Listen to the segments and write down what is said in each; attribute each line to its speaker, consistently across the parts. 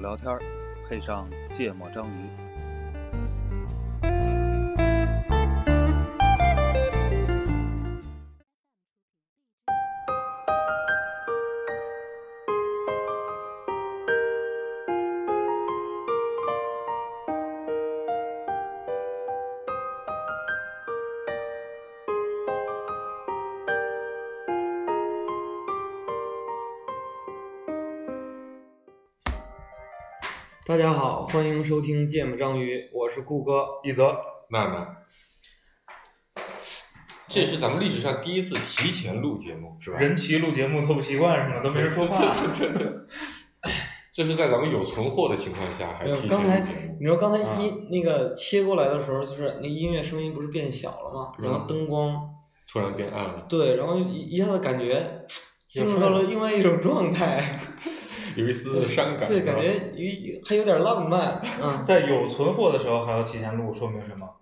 Speaker 1: 聊天儿，配上芥末章鱼。
Speaker 2: 大家好，欢迎收听《芥末章鱼》，我是顾哥。
Speaker 3: 一泽，
Speaker 4: 娜娜，这是咱们历史上第一次提前录节目，是吧？
Speaker 3: 人齐录节目都不习惯什么，都没人说话。
Speaker 4: 对对对对这是在咱们有存货的情况下还
Speaker 2: 没
Speaker 4: 提
Speaker 2: 有
Speaker 4: 前，录
Speaker 2: 刚才
Speaker 4: 节目
Speaker 2: 你。说刚才
Speaker 4: 啊
Speaker 2: 一、那个切过来的时候，就是那音乐声音不是变小了吗？
Speaker 4: 嗯
Speaker 2: 然后灯光，
Speaker 4: 突然变暗了，
Speaker 2: 对，然后一一下子感觉进入到了另外一种状态，
Speaker 4: 有一丝伤感。
Speaker 2: 对，
Speaker 4: 是吧
Speaker 2: 感觉有还有点浪漫，嗯，
Speaker 3: 在有存货的时候还要提前录，说明什么？说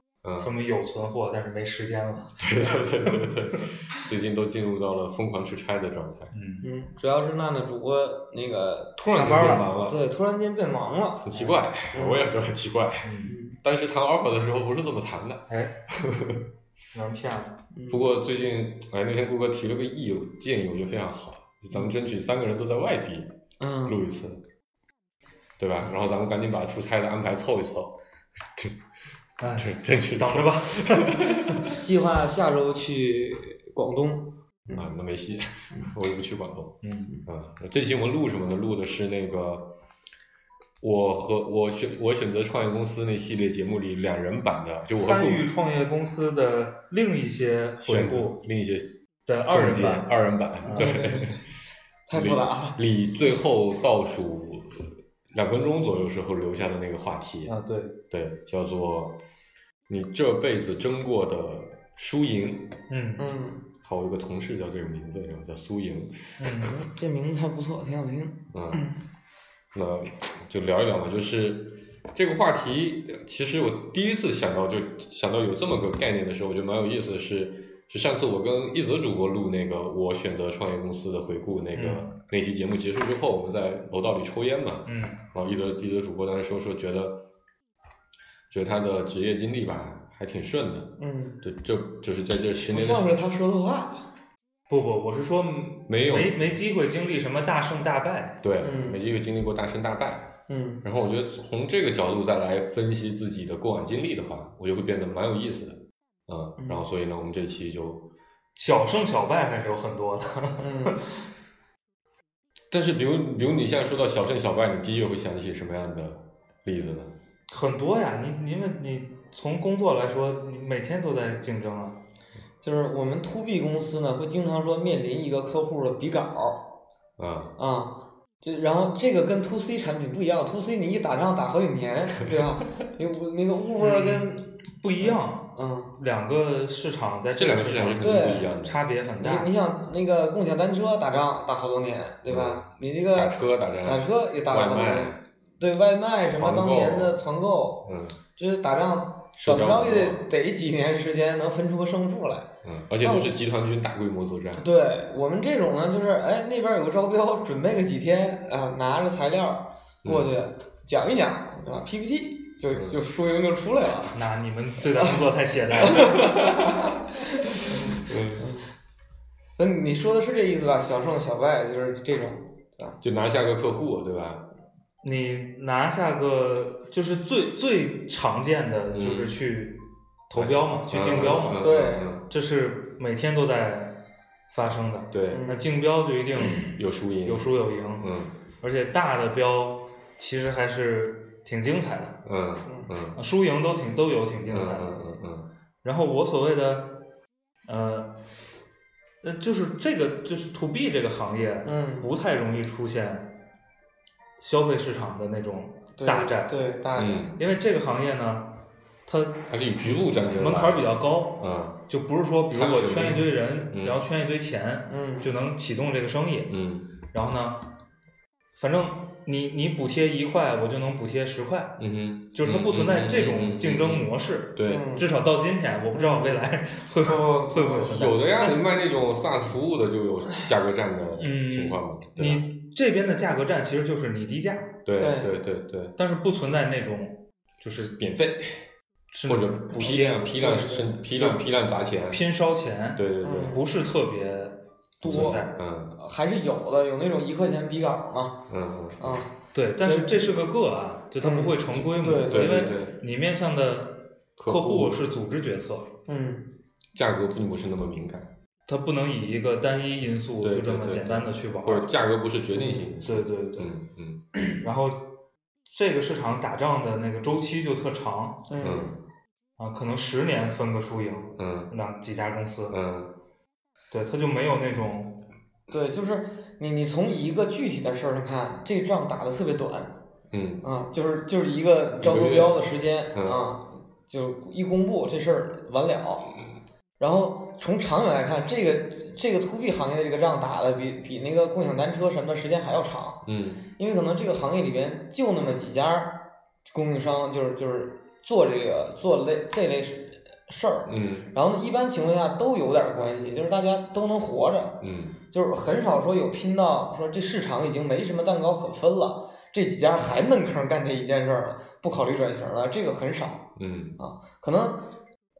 Speaker 4: 嗯，
Speaker 3: 明有存货，但是没时间了。
Speaker 4: 对对对对对，最近都进入到了疯狂出差的状态，
Speaker 3: 嗯，
Speaker 2: 嗯，主要是娜娜主播那个
Speaker 4: 突然
Speaker 3: 上
Speaker 4: 就
Speaker 3: 班
Speaker 4: 变
Speaker 3: 了
Speaker 4: 忙了，
Speaker 2: 对突然间变忙了，
Speaker 4: 很奇怪，
Speaker 2: 嗯
Speaker 4: 我也觉得很奇怪。
Speaker 3: 嗯，
Speaker 4: 当时谈 offer 的时候不是这么谈的，
Speaker 3: 哎，有人骗了。
Speaker 2: 嗯
Speaker 4: 不过最近哎那天顾哥提了个意有建议，我觉得非常好，就咱们争取三个人都在外地，
Speaker 2: 嗯，
Speaker 4: 录一次，对吧？然后咱们赶紧把出差的安排凑一凑，这
Speaker 3: 哎，
Speaker 4: 这争取
Speaker 3: 等着 吧。
Speaker 2: 计划下周去广东，
Speaker 4: 凑啊，那没戏， 我也不去广东
Speaker 3: 嗯
Speaker 4: 啊。这期我们录什么呢？录的是那个我和我选我选择创业公司那系列节目里两人版的，就我和
Speaker 3: 参与
Speaker 4: 顾
Speaker 3: 创业公司的另一些回
Speaker 4: 选择
Speaker 3: 顾
Speaker 4: 另一些
Speaker 3: 的二
Speaker 4: 总
Speaker 3: 人
Speaker 4: 结
Speaker 3: 版，啊
Speaker 4: 二人版， 对，
Speaker 2: 太复杂了，
Speaker 4: 里最后倒数两分钟左右时候留下的那个话题
Speaker 3: 啊，对，
Speaker 4: 对，叫做你这辈子争过的输赢。
Speaker 3: 嗯
Speaker 2: 嗯
Speaker 4: 好，我有个同事叫这个名字，然后叫苏赢，
Speaker 3: 嗯
Speaker 2: 嗯，这名字还不错，挺好听。
Speaker 4: 嗯，那就聊一聊嘛，就是这个话题，其实我第一次想到就想到有这么个概念的时候，我觉得蛮有意思的是。是上次我跟一泽主播录那个我选择创业公司的回顾那个、
Speaker 3: 嗯
Speaker 4: 那期节目结束之后，我们在楼道里抽烟嘛，
Speaker 3: 嗯
Speaker 4: 然后一则一则主播当时说说觉得，觉得他的职业经历吧还挺顺的，
Speaker 2: 嗯，
Speaker 4: 这这就是在这十
Speaker 2: 不
Speaker 4: 年
Speaker 2: 像是
Speaker 4: 的
Speaker 2: 他说的话。
Speaker 3: 不不，我是说
Speaker 4: 没有
Speaker 3: 没没机会经历什么大胜大败。
Speaker 4: 对，
Speaker 2: 嗯
Speaker 4: 没机会经历过大胜大败。
Speaker 2: 嗯
Speaker 4: 然后我觉得从这个角度再来分析自己的过往经历的话，我就会变得蛮有意思的，嗯
Speaker 2: 嗯，
Speaker 4: 然后所以呢，我们这期就，
Speaker 3: 小胜小败还是有很多的。
Speaker 2: 嗯，
Speaker 4: 但是比如比如你现在说到小胜小败，你第一个会想起什么样的例子呢？
Speaker 3: 很多呀，你因为你从工作来说，你每天都在竞争啊。
Speaker 2: 就是我们 to B 公司呢，会经常说面临一个客户的比稿
Speaker 4: 啊、
Speaker 2: 啊，这然后这个跟 to C 产品不一样，to C 你一打仗打好几 年，对吧？那个那个 Uber
Speaker 4: 嗯
Speaker 2: 跟
Speaker 3: 嗯不一样，
Speaker 2: 嗯，
Speaker 3: 两个市场在
Speaker 4: 这两个市场是肯定
Speaker 2: 对
Speaker 4: 不一样的，
Speaker 3: 差别很大。
Speaker 2: 你你想那个共享单车打仗打好多年，对吧？你这个
Speaker 4: 嗯打车打战，
Speaker 2: 打车也打了
Speaker 4: 外
Speaker 2: 好多
Speaker 4: 卖
Speaker 2: 年，，对外卖什么
Speaker 4: 团
Speaker 2: 当年
Speaker 4: 购
Speaker 2: 的团购，
Speaker 4: 嗯
Speaker 2: 就是打仗
Speaker 4: 社
Speaker 2: 怎么
Speaker 4: 交
Speaker 2: 着也
Speaker 4: 网
Speaker 2: 得
Speaker 4: 络
Speaker 2: 得几年时间能分出个胜负来。
Speaker 4: 嗯，而且都是集团军大规模作战，
Speaker 2: 对我们这种呢，就是哎那边儿有个招标，准备个几天啊、拿着材料儿过去、讲一讲，对吧？PPT 就就输赢就出来了。
Speaker 3: 那你们对咱工作太懈怠 了。
Speaker 4: 嗯。
Speaker 2: 那你说的是这意思吧？小胜小败就是这种，
Speaker 4: 就拿下个客户，对吧？
Speaker 3: 你拿下个就是最最常见的就是去投标嘛，去竞标嘛，
Speaker 4: 嗯
Speaker 2: 对
Speaker 4: 嗯
Speaker 3: 这是每天都在发生的。
Speaker 4: 对，
Speaker 2: 嗯
Speaker 3: 那竞标就一定
Speaker 4: 有输赢，
Speaker 3: 有，输有赢，
Speaker 4: 嗯
Speaker 3: 而且大的标其实还是挺精彩的。
Speaker 4: 嗯嗯嗯
Speaker 3: 啊输赢都挺都有挺精
Speaker 4: 嗯
Speaker 3: 彩的。
Speaker 4: 嗯嗯
Speaker 3: 然后我所谓的，呃，呃，就是这个就是 to B 这个行业，
Speaker 2: 嗯，
Speaker 3: 不太容易出现消费市场的那种
Speaker 2: 对
Speaker 3: 大战，
Speaker 2: 对大战，
Speaker 4: 嗯，
Speaker 3: 因为这个行业呢，它
Speaker 4: 嗯，它是以局部战争，
Speaker 3: 门槛儿比，较高，
Speaker 4: 嗯
Speaker 3: 就不是说比如
Speaker 4: 参与
Speaker 3: 我
Speaker 4: 者
Speaker 3: 圈一堆人，
Speaker 4: 嗯
Speaker 3: 然后圈一堆钱，
Speaker 2: 嗯
Speaker 3: 就能启动这个生意。
Speaker 4: 嗯
Speaker 3: 然后呢，反正你你补贴一块，我就能补贴十块，
Speaker 4: 嗯哼，
Speaker 3: 就是它不存在这
Speaker 4: 嗯
Speaker 3: 种竞争模
Speaker 4: 式，
Speaker 3: 式。
Speaker 4: 对。
Speaker 2: 嗯
Speaker 3: 至少到今天，我不知道未来会
Speaker 4: 哦
Speaker 2: 不
Speaker 3: 不会不会存在。
Speaker 4: 有的呀，你卖那种 SaaS 服务的就有价格战的
Speaker 3: 嗯
Speaker 4: 情况嘛，对吧？啊
Speaker 3: 你这边的价格战其实就是你低价，
Speaker 4: 对
Speaker 2: 对
Speaker 4: 对对对，
Speaker 3: 但是不存在那种就是
Speaker 4: 免费
Speaker 3: 是
Speaker 4: 或者
Speaker 3: 补
Speaker 4: 批
Speaker 3: 贴
Speaker 4: 量批量
Speaker 3: 对对
Speaker 4: 甚批量批量砸钱，
Speaker 3: 拼烧钱，
Speaker 4: 对对对，
Speaker 3: 不是特别存
Speaker 2: 多
Speaker 3: 在。
Speaker 4: 嗯
Speaker 2: 还是有的，有那种一块钱笔杆嘛，
Speaker 4: 嗯
Speaker 2: 啊，
Speaker 3: 对，但是这是个个案，就它不会成规模，
Speaker 2: 对
Speaker 4: 对对
Speaker 3: 因为
Speaker 4: 对
Speaker 3: 你面向的客
Speaker 4: 客
Speaker 3: 户
Speaker 4: 户
Speaker 3: 是组织决策，
Speaker 2: 嗯，
Speaker 4: 价格并不是那么敏感，
Speaker 3: 它不能以一个单一因素
Speaker 4: 对
Speaker 3: 就这
Speaker 4: 对
Speaker 3: 么
Speaker 4: 对
Speaker 3: 简单的去玩。
Speaker 4: 或者价格不是决定性因素，
Speaker 3: 对对对，
Speaker 4: 嗯嗯
Speaker 3: 然后这个市场打仗的那个周期就特长
Speaker 2: 嗯，
Speaker 4: 嗯
Speaker 3: 啊，可能十年分个输赢，
Speaker 4: 嗯
Speaker 3: 两几家公司，
Speaker 4: 嗯
Speaker 3: 对，它就没有那种
Speaker 2: 对，就是你你从一个具体的事儿上看，这仗打的特别短
Speaker 4: 嗯
Speaker 2: 啊，就是就是一个招投标的时间
Speaker 4: 嗯
Speaker 2: 啊，就一公布这事儿完了。然后从长远来看，这个这个 to B 行业的这个仗打的比比那个共享单车什么的时间还要长，
Speaker 4: 嗯
Speaker 2: 因为可能这个行业里边就那么几家供应商，就是就是做这个做类这类事事儿，
Speaker 4: 嗯
Speaker 2: 然后呢，一般情况下都有点关系，就是大家都能活着，
Speaker 4: 嗯
Speaker 2: 就是很少说有拼到说这市场已经没什么蛋糕可分了，这几家还闷坑干这一件事儿了，不考虑转型了，这个很少。
Speaker 4: 嗯
Speaker 2: 可能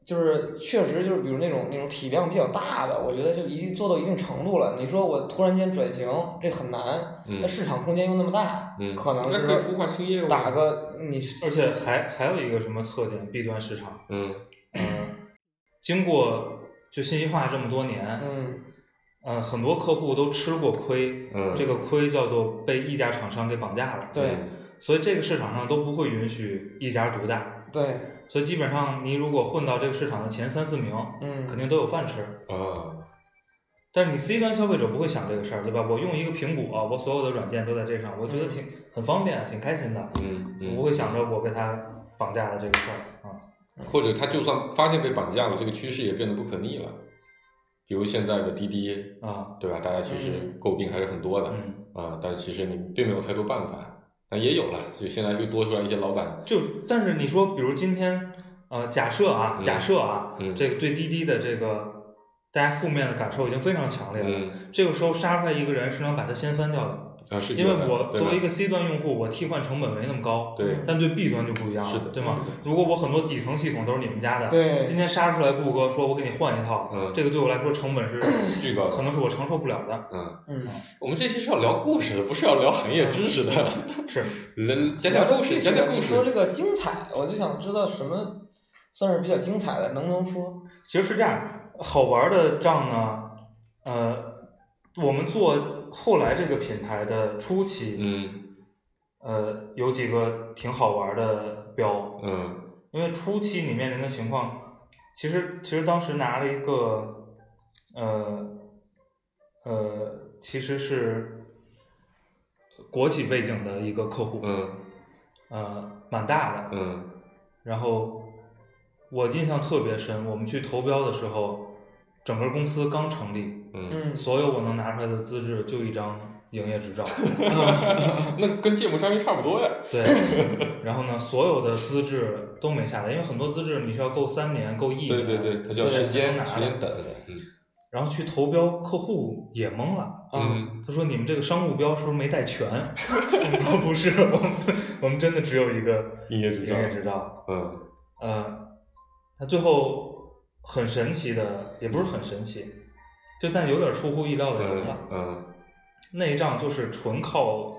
Speaker 2: 就是确实就是比如那种那种体量比较大的，我觉得就一定做到一定程度了。你说我突然间转型，这很难，那
Speaker 4: 嗯
Speaker 2: 市场空间又那么大，
Speaker 4: 嗯，
Speaker 2: 可能
Speaker 4: 那可以
Speaker 2: 是
Speaker 4: 孵化新业务，
Speaker 2: 打个你
Speaker 3: 而且还还有一个什么特点，弊端市场，
Speaker 4: 嗯
Speaker 3: 嗯，经过就信息化这么多年，
Speaker 2: 嗯
Speaker 3: 呃，很多客户都吃过亏，
Speaker 4: 嗯
Speaker 3: 这个亏叫做被一家厂商给绑架了，
Speaker 2: 对
Speaker 3: 所以这个市场上都不会允许一家独大，
Speaker 2: 对
Speaker 3: 所以基本上你如果混到这个市场的前三四名，
Speaker 2: 嗯
Speaker 3: 肯定都有饭吃。
Speaker 4: 啊
Speaker 3: 但是你 C 端消费者不会想这个事儿，对吧？我用一个苹果、我所有的软件都在这上，我觉
Speaker 2: 嗯
Speaker 3: 得挺很方便，挺开心的，
Speaker 4: 嗯
Speaker 3: 我
Speaker 4: 嗯，
Speaker 3: 不会想着我被他绑架了这个事儿啊。
Speaker 4: 或者他就算发现被绑架了，这个趋势也变得不可逆了，比如现在的滴滴，
Speaker 3: 啊，
Speaker 4: 对吧？大家其实诟病还是很多的，
Speaker 3: 嗯，
Speaker 4: 啊，但是其实你并没有太多办法。但也有了，就现在又多出来一些老板，
Speaker 3: 就但是你说，比如今天，呃，假设啊，
Speaker 4: 嗯
Speaker 3: 假设啊，
Speaker 4: 嗯
Speaker 3: 这个对滴滴的这个大家负面的感受已经非常强烈了，
Speaker 4: 嗯，
Speaker 3: 这个时候杀出来一个人是能把他先翻掉的，
Speaker 4: 啊是
Speaker 3: 因为
Speaker 4: 有的
Speaker 3: 我
Speaker 4: 对
Speaker 3: 作为
Speaker 4: 吧
Speaker 3: 一个 C 端用户，我替换成本没那么高，
Speaker 4: 对
Speaker 3: 但对 B 端就不一样
Speaker 4: 是
Speaker 3: 了
Speaker 4: 的，
Speaker 3: 对吗？如果我很多底层系统都是你们家的，
Speaker 2: 对
Speaker 3: 今天杀出来顾哥说我给你换一套，
Speaker 4: 嗯
Speaker 3: 这个对我来说成本是
Speaker 4: 巨高的
Speaker 3: 可能是我承受不了的。
Speaker 4: 嗯，
Speaker 2: 嗯
Speaker 4: 我们这期是要聊故事的，不是要聊行业知识的，
Speaker 3: 嗯是，
Speaker 4: 人讲讲故事，讲讲故
Speaker 2: 你
Speaker 4: 事
Speaker 2: 说，这个精彩，我就想知道什么算是比较精彩的，能不能说？
Speaker 3: 其实是这样，好玩的账呢，呃，我们做后来这个品牌的初期，
Speaker 4: 嗯
Speaker 3: 呃，有几个挺好玩的标，
Speaker 4: 嗯
Speaker 3: 因为初期你面临的情况，其实其实当时拿了一个，呃呃，其实是国企背景的一个客户，
Speaker 4: 嗯
Speaker 3: 呃，蛮大的。
Speaker 4: 嗯
Speaker 3: 然后我印象特别深，我们去投标的时候，整个公司刚成立，
Speaker 4: 嗯，
Speaker 2: 嗯
Speaker 3: 所有我能拿出来的资质就一张营业执照，
Speaker 4: 那跟芥末章鱼差不多呀，
Speaker 3: 对。然后呢，所有的资质都没下来，因为很多资质你是要够三年、够一年，
Speaker 4: 对对对，他叫
Speaker 2: 对
Speaker 4: 时间
Speaker 3: 才能拿
Speaker 4: 时间等，嗯
Speaker 3: 然后去投标，客户也懵了。
Speaker 2: 啊，
Speaker 4: 嗯
Speaker 3: 他说：“你们这个商务标是不是没带全？” 我说：“不是，我们我们真的只有一个
Speaker 4: 营业执照
Speaker 3: 营业执照。”
Speaker 4: 嗯
Speaker 3: 呃，他最后很神奇的，也不是很神奇，就但有点出乎意料的赢了
Speaker 4: 嗯。嗯
Speaker 3: 那一仗就是纯靠，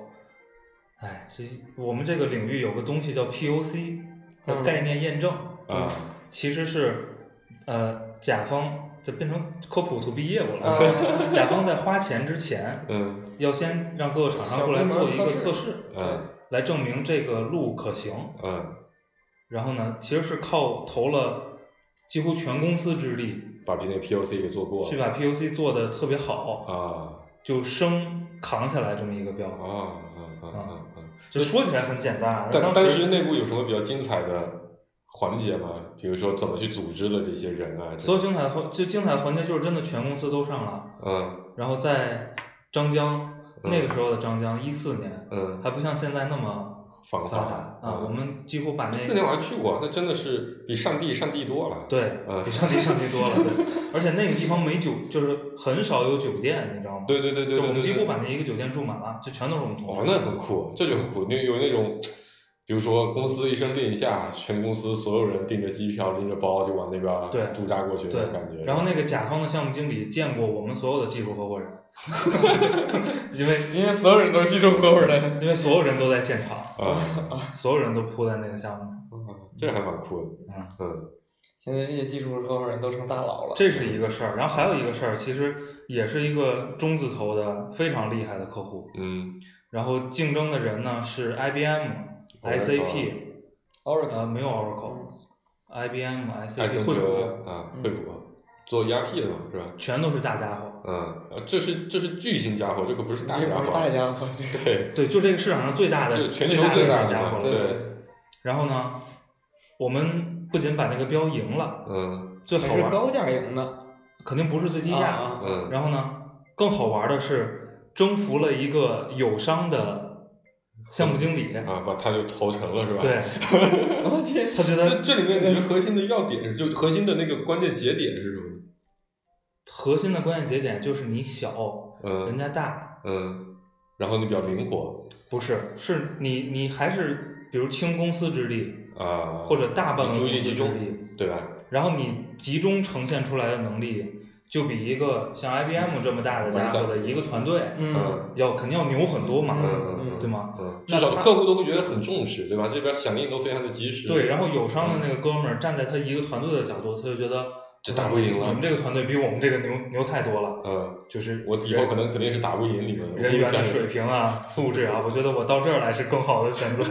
Speaker 3: 哎，这我们这个领域有个东西叫 POC，叫
Speaker 2: 嗯
Speaker 3: 概念验证，
Speaker 4: 啊
Speaker 3: 其实是呃甲方。就变成科普 to B 业务了。
Speaker 2: 啊
Speaker 3: 甲方在花钱之前，
Speaker 4: 嗯
Speaker 3: 要先让各个厂商
Speaker 2: 小
Speaker 3: 过来
Speaker 2: 规模
Speaker 3: 做一个
Speaker 2: 测
Speaker 3: 测
Speaker 2: 试
Speaker 3: 试，
Speaker 4: 嗯
Speaker 3: 来证明这个路可行。
Speaker 4: 嗯，
Speaker 3: 然后呢，其实是靠投了几乎全公司之力，
Speaker 4: 把那 POC 给做过
Speaker 3: 去把 POC 做的特别好，
Speaker 4: 啊
Speaker 3: 就生扛下来这么一个标
Speaker 4: 啊。啊啊啊啊。
Speaker 3: 就说起来很简单啊，
Speaker 4: 但当
Speaker 3: 嗯当
Speaker 4: 时内部有什么比较精彩的环节吗？比如说怎么去组织了这些人啊？这
Speaker 3: 所有精彩环，最精彩环节就是真的全公司都上了，
Speaker 4: 嗯
Speaker 3: 然后在张江
Speaker 4: 嗯
Speaker 3: 那个时候的张江，一四年
Speaker 4: 嗯
Speaker 3: 还不像现在那么
Speaker 4: 访谈
Speaker 3: 访谈啊，我们几乎把那
Speaker 4: 四年我还去过，那真的是比上帝上帝多了。
Speaker 3: 对
Speaker 4: 嗯
Speaker 3: 比上帝上帝多了，对，而且那个地方没酒，就是很少有酒店，你知道吗？
Speaker 4: 对对对对
Speaker 3: 就我
Speaker 4: 对对
Speaker 3: 们几乎
Speaker 4: 对。
Speaker 3: 把那一个酒店住满了，就全都是我们同事。
Speaker 4: 哦，那很酷，这就很酷。那有那种，比如说公司一声令下，全公司所有人拎着机票、拎着包就往那边
Speaker 3: 对
Speaker 4: 驻扎过去
Speaker 3: 对
Speaker 4: 的感觉。，
Speaker 3: 然后那个甲方的项目经理见过我们所有的技术合伙人， 因为
Speaker 2: 因为所有人都是技术合伙人，
Speaker 3: 因为所有人都在现场，
Speaker 4: 啊、
Speaker 3: 所有人都扑在那个项目上。
Speaker 4: 嗯这还蛮酷的。
Speaker 3: 嗯
Speaker 4: 嗯
Speaker 2: 现在这些技术合伙人都成大佬了。
Speaker 3: 这是一个事儿，然后还有一个事儿，其实也是一个中字头的非常厉害的客户，
Speaker 4: 嗯
Speaker 3: 然后竞争的人呢是 IBM、
Speaker 4: Oracle
Speaker 3: SAP，
Speaker 2: Oracle，
Speaker 3: 呃，没有 Oracle、IBM、
Speaker 4: 艾森
Speaker 3: SAP、惠
Speaker 4: 哲
Speaker 3: 普，
Speaker 4: 啊，
Speaker 2: 嗯
Speaker 4: 惠普做 ERP 的嘛，是吧？
Speaker 3: 全都是大家伙。
Speaker 4: 嗯，呃这是这是巨型家伙，这可不是大
Speaker 2: 这
Speaker 4: 家
Speaker 2: 不
Speaker 4: 伙。
Speaker 2: 是大家伙，这
Speaker 4: 对，
Speaker 3: 对，就这个市场上最大的、
Speaker 4: 就是全球
Speaker 3: 大的
Speaker 4: 最
Speaker 3: 一
Speaker 4: 大
Speaker 3: 个
Speaker 4: 的
Speaker 3: 家伙
Speaker 4: 嘛
Speaker 3: 了。
Speaker 4: 对
Speaker 3: 然后呢，我们不仅把那个标赢了，
Speaker 4: 嗯
Speaker 3: 最好
Speaker 2: 还是
Speaker 3: 玩
Speaker 2: 高价赢的，
Speaker 3: 肯定不是最低
Speaker 2: 低
Speaker 3: 价。
Speaker 2: 啊，
Speaker 4: 嗯
Speaker 3: 然后呢，更好玩的是征服了一个友商的项目经理，
Speaker 4: 啊，把他就投诚了是吧？。
Speaker 3: 对
Speaker 2: 我去，
Speaker 3: 他觉
Speaker 4: 那
Speaker 3: 得
Speaker 4: 这里面你的核心的要点是，就核心的那个关键节点是什么？
Speaker 3: 核心的关键节点就是你小，
Speaker 4: 嗯，
Speaker 3: 人家大，
Speaker 4: 嗯，然后你比较灵活
Speaker 3: 不是，是你你还是比如轻公司之力
Speaker 4: 啊，
Speaker 3: 或者大办公
Speaker 4: 你注意
Speaker 3: 司
Speaker 4: 力
Speaker 3: 之
Speaker 4: 集中
Speaker 3: 力。
Speaker 4: 对吧？
Speaker 3: 然后你集中呈现出来的能力，就比一个像 IBM 这么大的家伙的一个团队，
Speaker 2: 嗯，
Speaker 3: 要肯定要牛很多嘛，
Speaker 4: 嗯嗯
Speaker 3: 对吗？
Speaker 4: 嗯，至
Speaker 3: 那
Speaker 4: 少
Speaker 3: 他
Speaker 4: 客户都会觉得很重视，对吧？这边响应都非常的及时。
Speaker 3: 对，然后友商的那个哥们儿站在他一个团队的角度，他就觉得
Speaker 4: 这打不赢了
Speaker 3: 你们这个团队比我们这个牛牛太多了，
Speaker 4: 嗯，
Speaker 3: 就是
Speaker 4: 我以后可能肯定是打不赢你们
Speaker 3: 人员的水。平啊、素质啊，我觉得我到这儿来是更好的选择。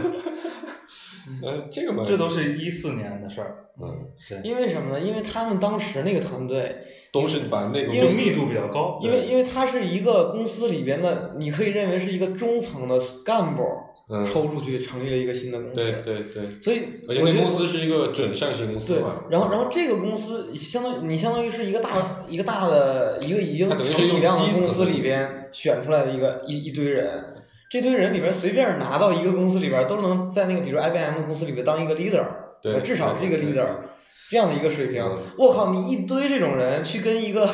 Speaker 4: 嗯，这个嘛，
Speaker 3: 这都是一四年的事儿，
Speaker 4: 嗯，
Speaker 3: 对，
Speaker 2: 因为什么呢？因为他们当时那个团队，
Speaker 4: 都是把那个
Speaker 3: 就密度比较
Speaker 4: 哦
Speaker 3: 高，
Speaker 2: 因为因为他是一个公司里边的，你可以认为是一个中层的干部
Speaker 4: 嗯，
Speaker 2: 抽出去成立了一个新的公
Speaker 4: 对
Speaker 2: 司，
Speaker 4: 对对，
Speaker 2: 所以
Speaker 4: 而且
Speaker 2: 我觉
Speaker 4: 那
Speaker 2: 得
Speaker 4: 公司是一个准上市公司
Speaker 2: 对
Speaker 4: 嘛，，
Speaker 2: 然后然后这个公司相当于你相当于是一个大一个大的一个已经
Speaker 4: 它
Speaker 2: 成
Speaker 4: 等于是
Speaker 2: 体
Speaker 4: 用
Speaker 2: 量
Speaker 4: 基
Speaker 2: 的
Speaker 4: 层
Speaker 2: 公司里边选出来的一个一一堆人，这堆人里边随便拿到一个公司里边都能在那个比如 IBM 公司里边当一个 leader，
Speaker 4: 对
Speaker 2: 呃至少是一个
Speaker 4: 对对
Speaker 2: leader 这样的一个水平
Speaker 4: 嗯。
Speaker 2: 我靠，你一堆这种人去跟一个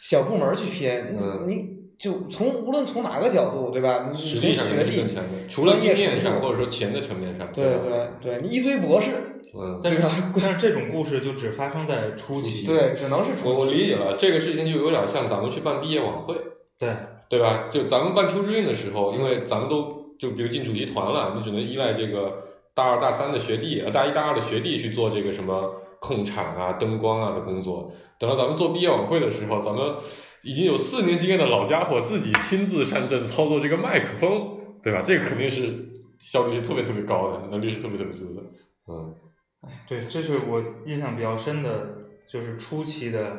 Speaker 2: 小部门去拼，
Speaker 4: 嗯
Speaker 2: 你就从无论从哪个角度，对吧？你
Speaker 4: 实
Speaker 2: 从
Speaker 4: 力上
Speaker 2: 学
Speaker 4: 肯定是
Speaker 2: 历
Speaker 4: 更，强的，除了经验
Speaker 2: 专业程
Speaker 4: 上
Speaker 2: 度
Speaker 4: 或者说钱的层面上，
Speaker 2: 对
Speaker 4: 吧，
Speaker 2: 对对，你一堆博士，
Speaker 4: 嗯。
Speaker 3: 但是
Speaker 2: 对吧
Speaker 3: 但是这种故事就只发生在初期，
Speaker 2: 对，只能是
Speaker 4: 我
Speaker 2: 初
Speaker 4: 我
Speaker 2: 期。
Speaker 4: 理解了，这个事情就有点像咱们去办毕业晚会，
Speaker 3: 对
Speaker 4: 对吧？就咱们办秋之韵的时候，因为咱们都就比如进主席团了，你只能依赖这个大二大三的学弟，呃大一大二的学弟去做这个什么控场啊、灯光啊的工作。等到咱们做毕业晚会的时候，咱们已经有四年经验的老家伙自己亲自上阵操作这个麦克风，对吧？这个肯定是效率是特别特别高的，能力是特别特别足的。嗯
Speaker 3: 对，这是我印象比较深的，就是初期的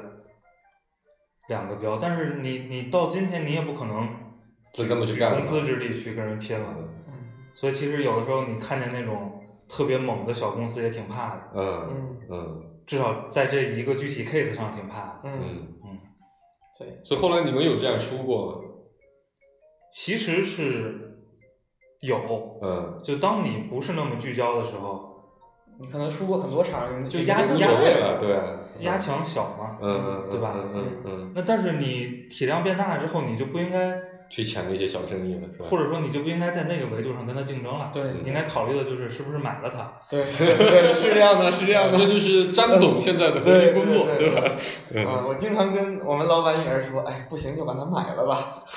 Speaker 3: 两个标，但是你你到今天你也不可能
Speaker 4: 就这么去
Speaker 3: 举
Speaker 4: 干了嗯
Speaker 3: 公司之力去跟人拼了，
Speaker 2: 嗯
Speaker 3: 所以其实有的时候你看见那种特别猛的小公司也挺怕的，
Speaker 4: 嗯
Speaker 2: 嗯
Speaker 4: 嗯
Speaker 3: 至少在这一个具体 case 上挺怕的。
Speaker 2: 嗯嗯，
Speaker 4: 嗯
Speaker 3: 嗯，
Speaker 2: 对。
Speaker 4: 所以后来你们有这样输过吗？
Speaker 3: 其实是有，
Speaker 4: 嗯，
Speaker 3: 就当你不是那么聚焦的时候，
Speaker 2: 你可能输过很多场，你
Speaker 3: 就
Speaker 2: 你
Speaker 3: 压
Speaker 2: 无所
Speaker 4: 无所
Speaker 2: 谓
Speaker 4: 谓了，对啊，
Speaker 3: 压强小嘛，
Speaker 4: 嗯，嗯，
Speaker 3: 对吧
Speaker 4: 嗯嗯嗯，
Speaker 3: 那但是你体量变大之后，你就不应该，
Speaker 4: 去抢那些小生意了，是吧？
Speaker 3: 或者说你就不应该在那个维度上跟他竞争了。
Speaker 2: 对
Speaker 3: 你应该考虑的就是是不是买了它。
Speaker 2: 对 对，是这样的，是这样的。
Speaker 4: 这就是张董现在的核心工作，
Speaker 2: 对对对
Speaker 4: 吧？
Speaker 2: 啊，我经常跟我们老板也是说，哎，不行就把它买了吧，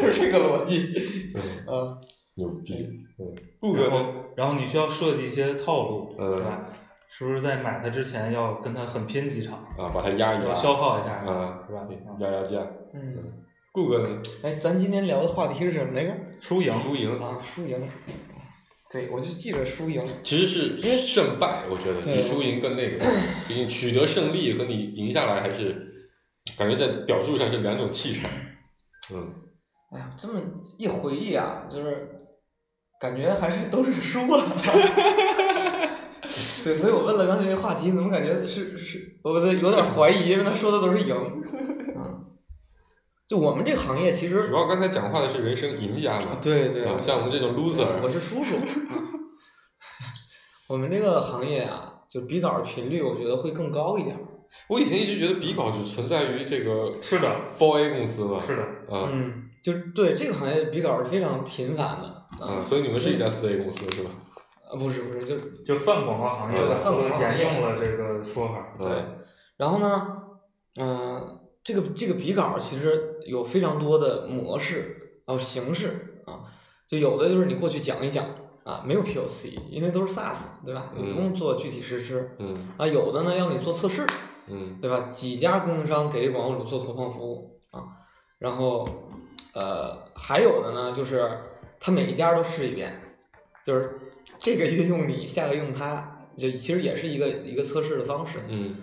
Speaker 2: 就是这个逻辑。
Speaker 4: 嗯，
Speaker 2: 嗯，
Speaker 4: 牛逼，嗯，
Speaker 3: 然后，然后你需要设计一些套路，
Speaker 4: 嗯
Speaker 3: 是吧？是不是在买它之前要跟它狠拼几场，
Speaker 4: 啊，把它压一
Speaker 3: 要
Speaker 4: 压，
Speaker 3: 消耗一下，
Speaker 4: 啊，
Speaker 3: 是吧？嗯
Speaker 4: 压压价。
Speaker 2: 嗯，
Speaker 4: 顾哥呢？
Speaker 2: 哎，咱今天聊的话题是什么来着？
Speaker 3: 输赢，
Speaker 4: 输赢
Speaker 2: 啊，输赢。对，我就记着输赢。
Speaker 4: 其实是胜败，我觉得
Speaker 2: 对
Speaker 4: 比输赢更那个，毕竟取得胜利和你赢下来还是感觉在表述上是两种气场。嗯，
Speaker 2: 哎呀，这么一回忆啊，就是感觉还是都是输了。 对，所以我问了刚才这个话题，怎么感觉是是，我这有点怀疑，因为他说的都是赢。嗯，就我们这个行业其实
Speaker 4: 主要刚才讲话的是人生赢家嘛，
Speaker 2: 对对，
Speaker 4: 啊，像我们这种 loser，
Speaker 2: 我是叔叔，嗯我们这个行业啊，就比稿频率我觉得会更高一点。
Speaker 4: 我以前一直觉得比稿只存在于这个
Speaker 3: 是的，
Speaker 4: Four A 公司嘛，
Speaker 3: 是的，
Speaker 4: 啊，
Speaker 2: 嗯，就是对这个行业比稿是非常频繁的。啊
Speaker 4: 嗯，所以你们是一家四 A 公司是吧？
Speaker 2: 啊不是不是，就
Speaker 3: 就泛广告行业
Speaker 4: 对
Speaker 3: 吧，
Speaker 2: 泛广告
Speaker 3: 都沿用了这个说法。
Speaker 4: 啊
Speaker 2: 对，
Speaker 4: 嗯
Speaker 2: 然后呢，嗯、这个这个比稿其实有非常多的模式，还有形式啊，就有的就是你过去讲一讲啊，没有 POC，因为都是 SaaS，对吧？你不用做具体实施、
Speaker 4: 嗯
Speaker 2: 啊，有的呢要你做测试，
Speaker 4: 嗯
Speaker 2: 对吧？几家供应商给这广告主做投放服务啊，然后呃，还有的呢就是他每一家都试一遍，就是这个月用你，下个月用它，这其实也是一个一个测试的方式。
Speaker 4: 嗯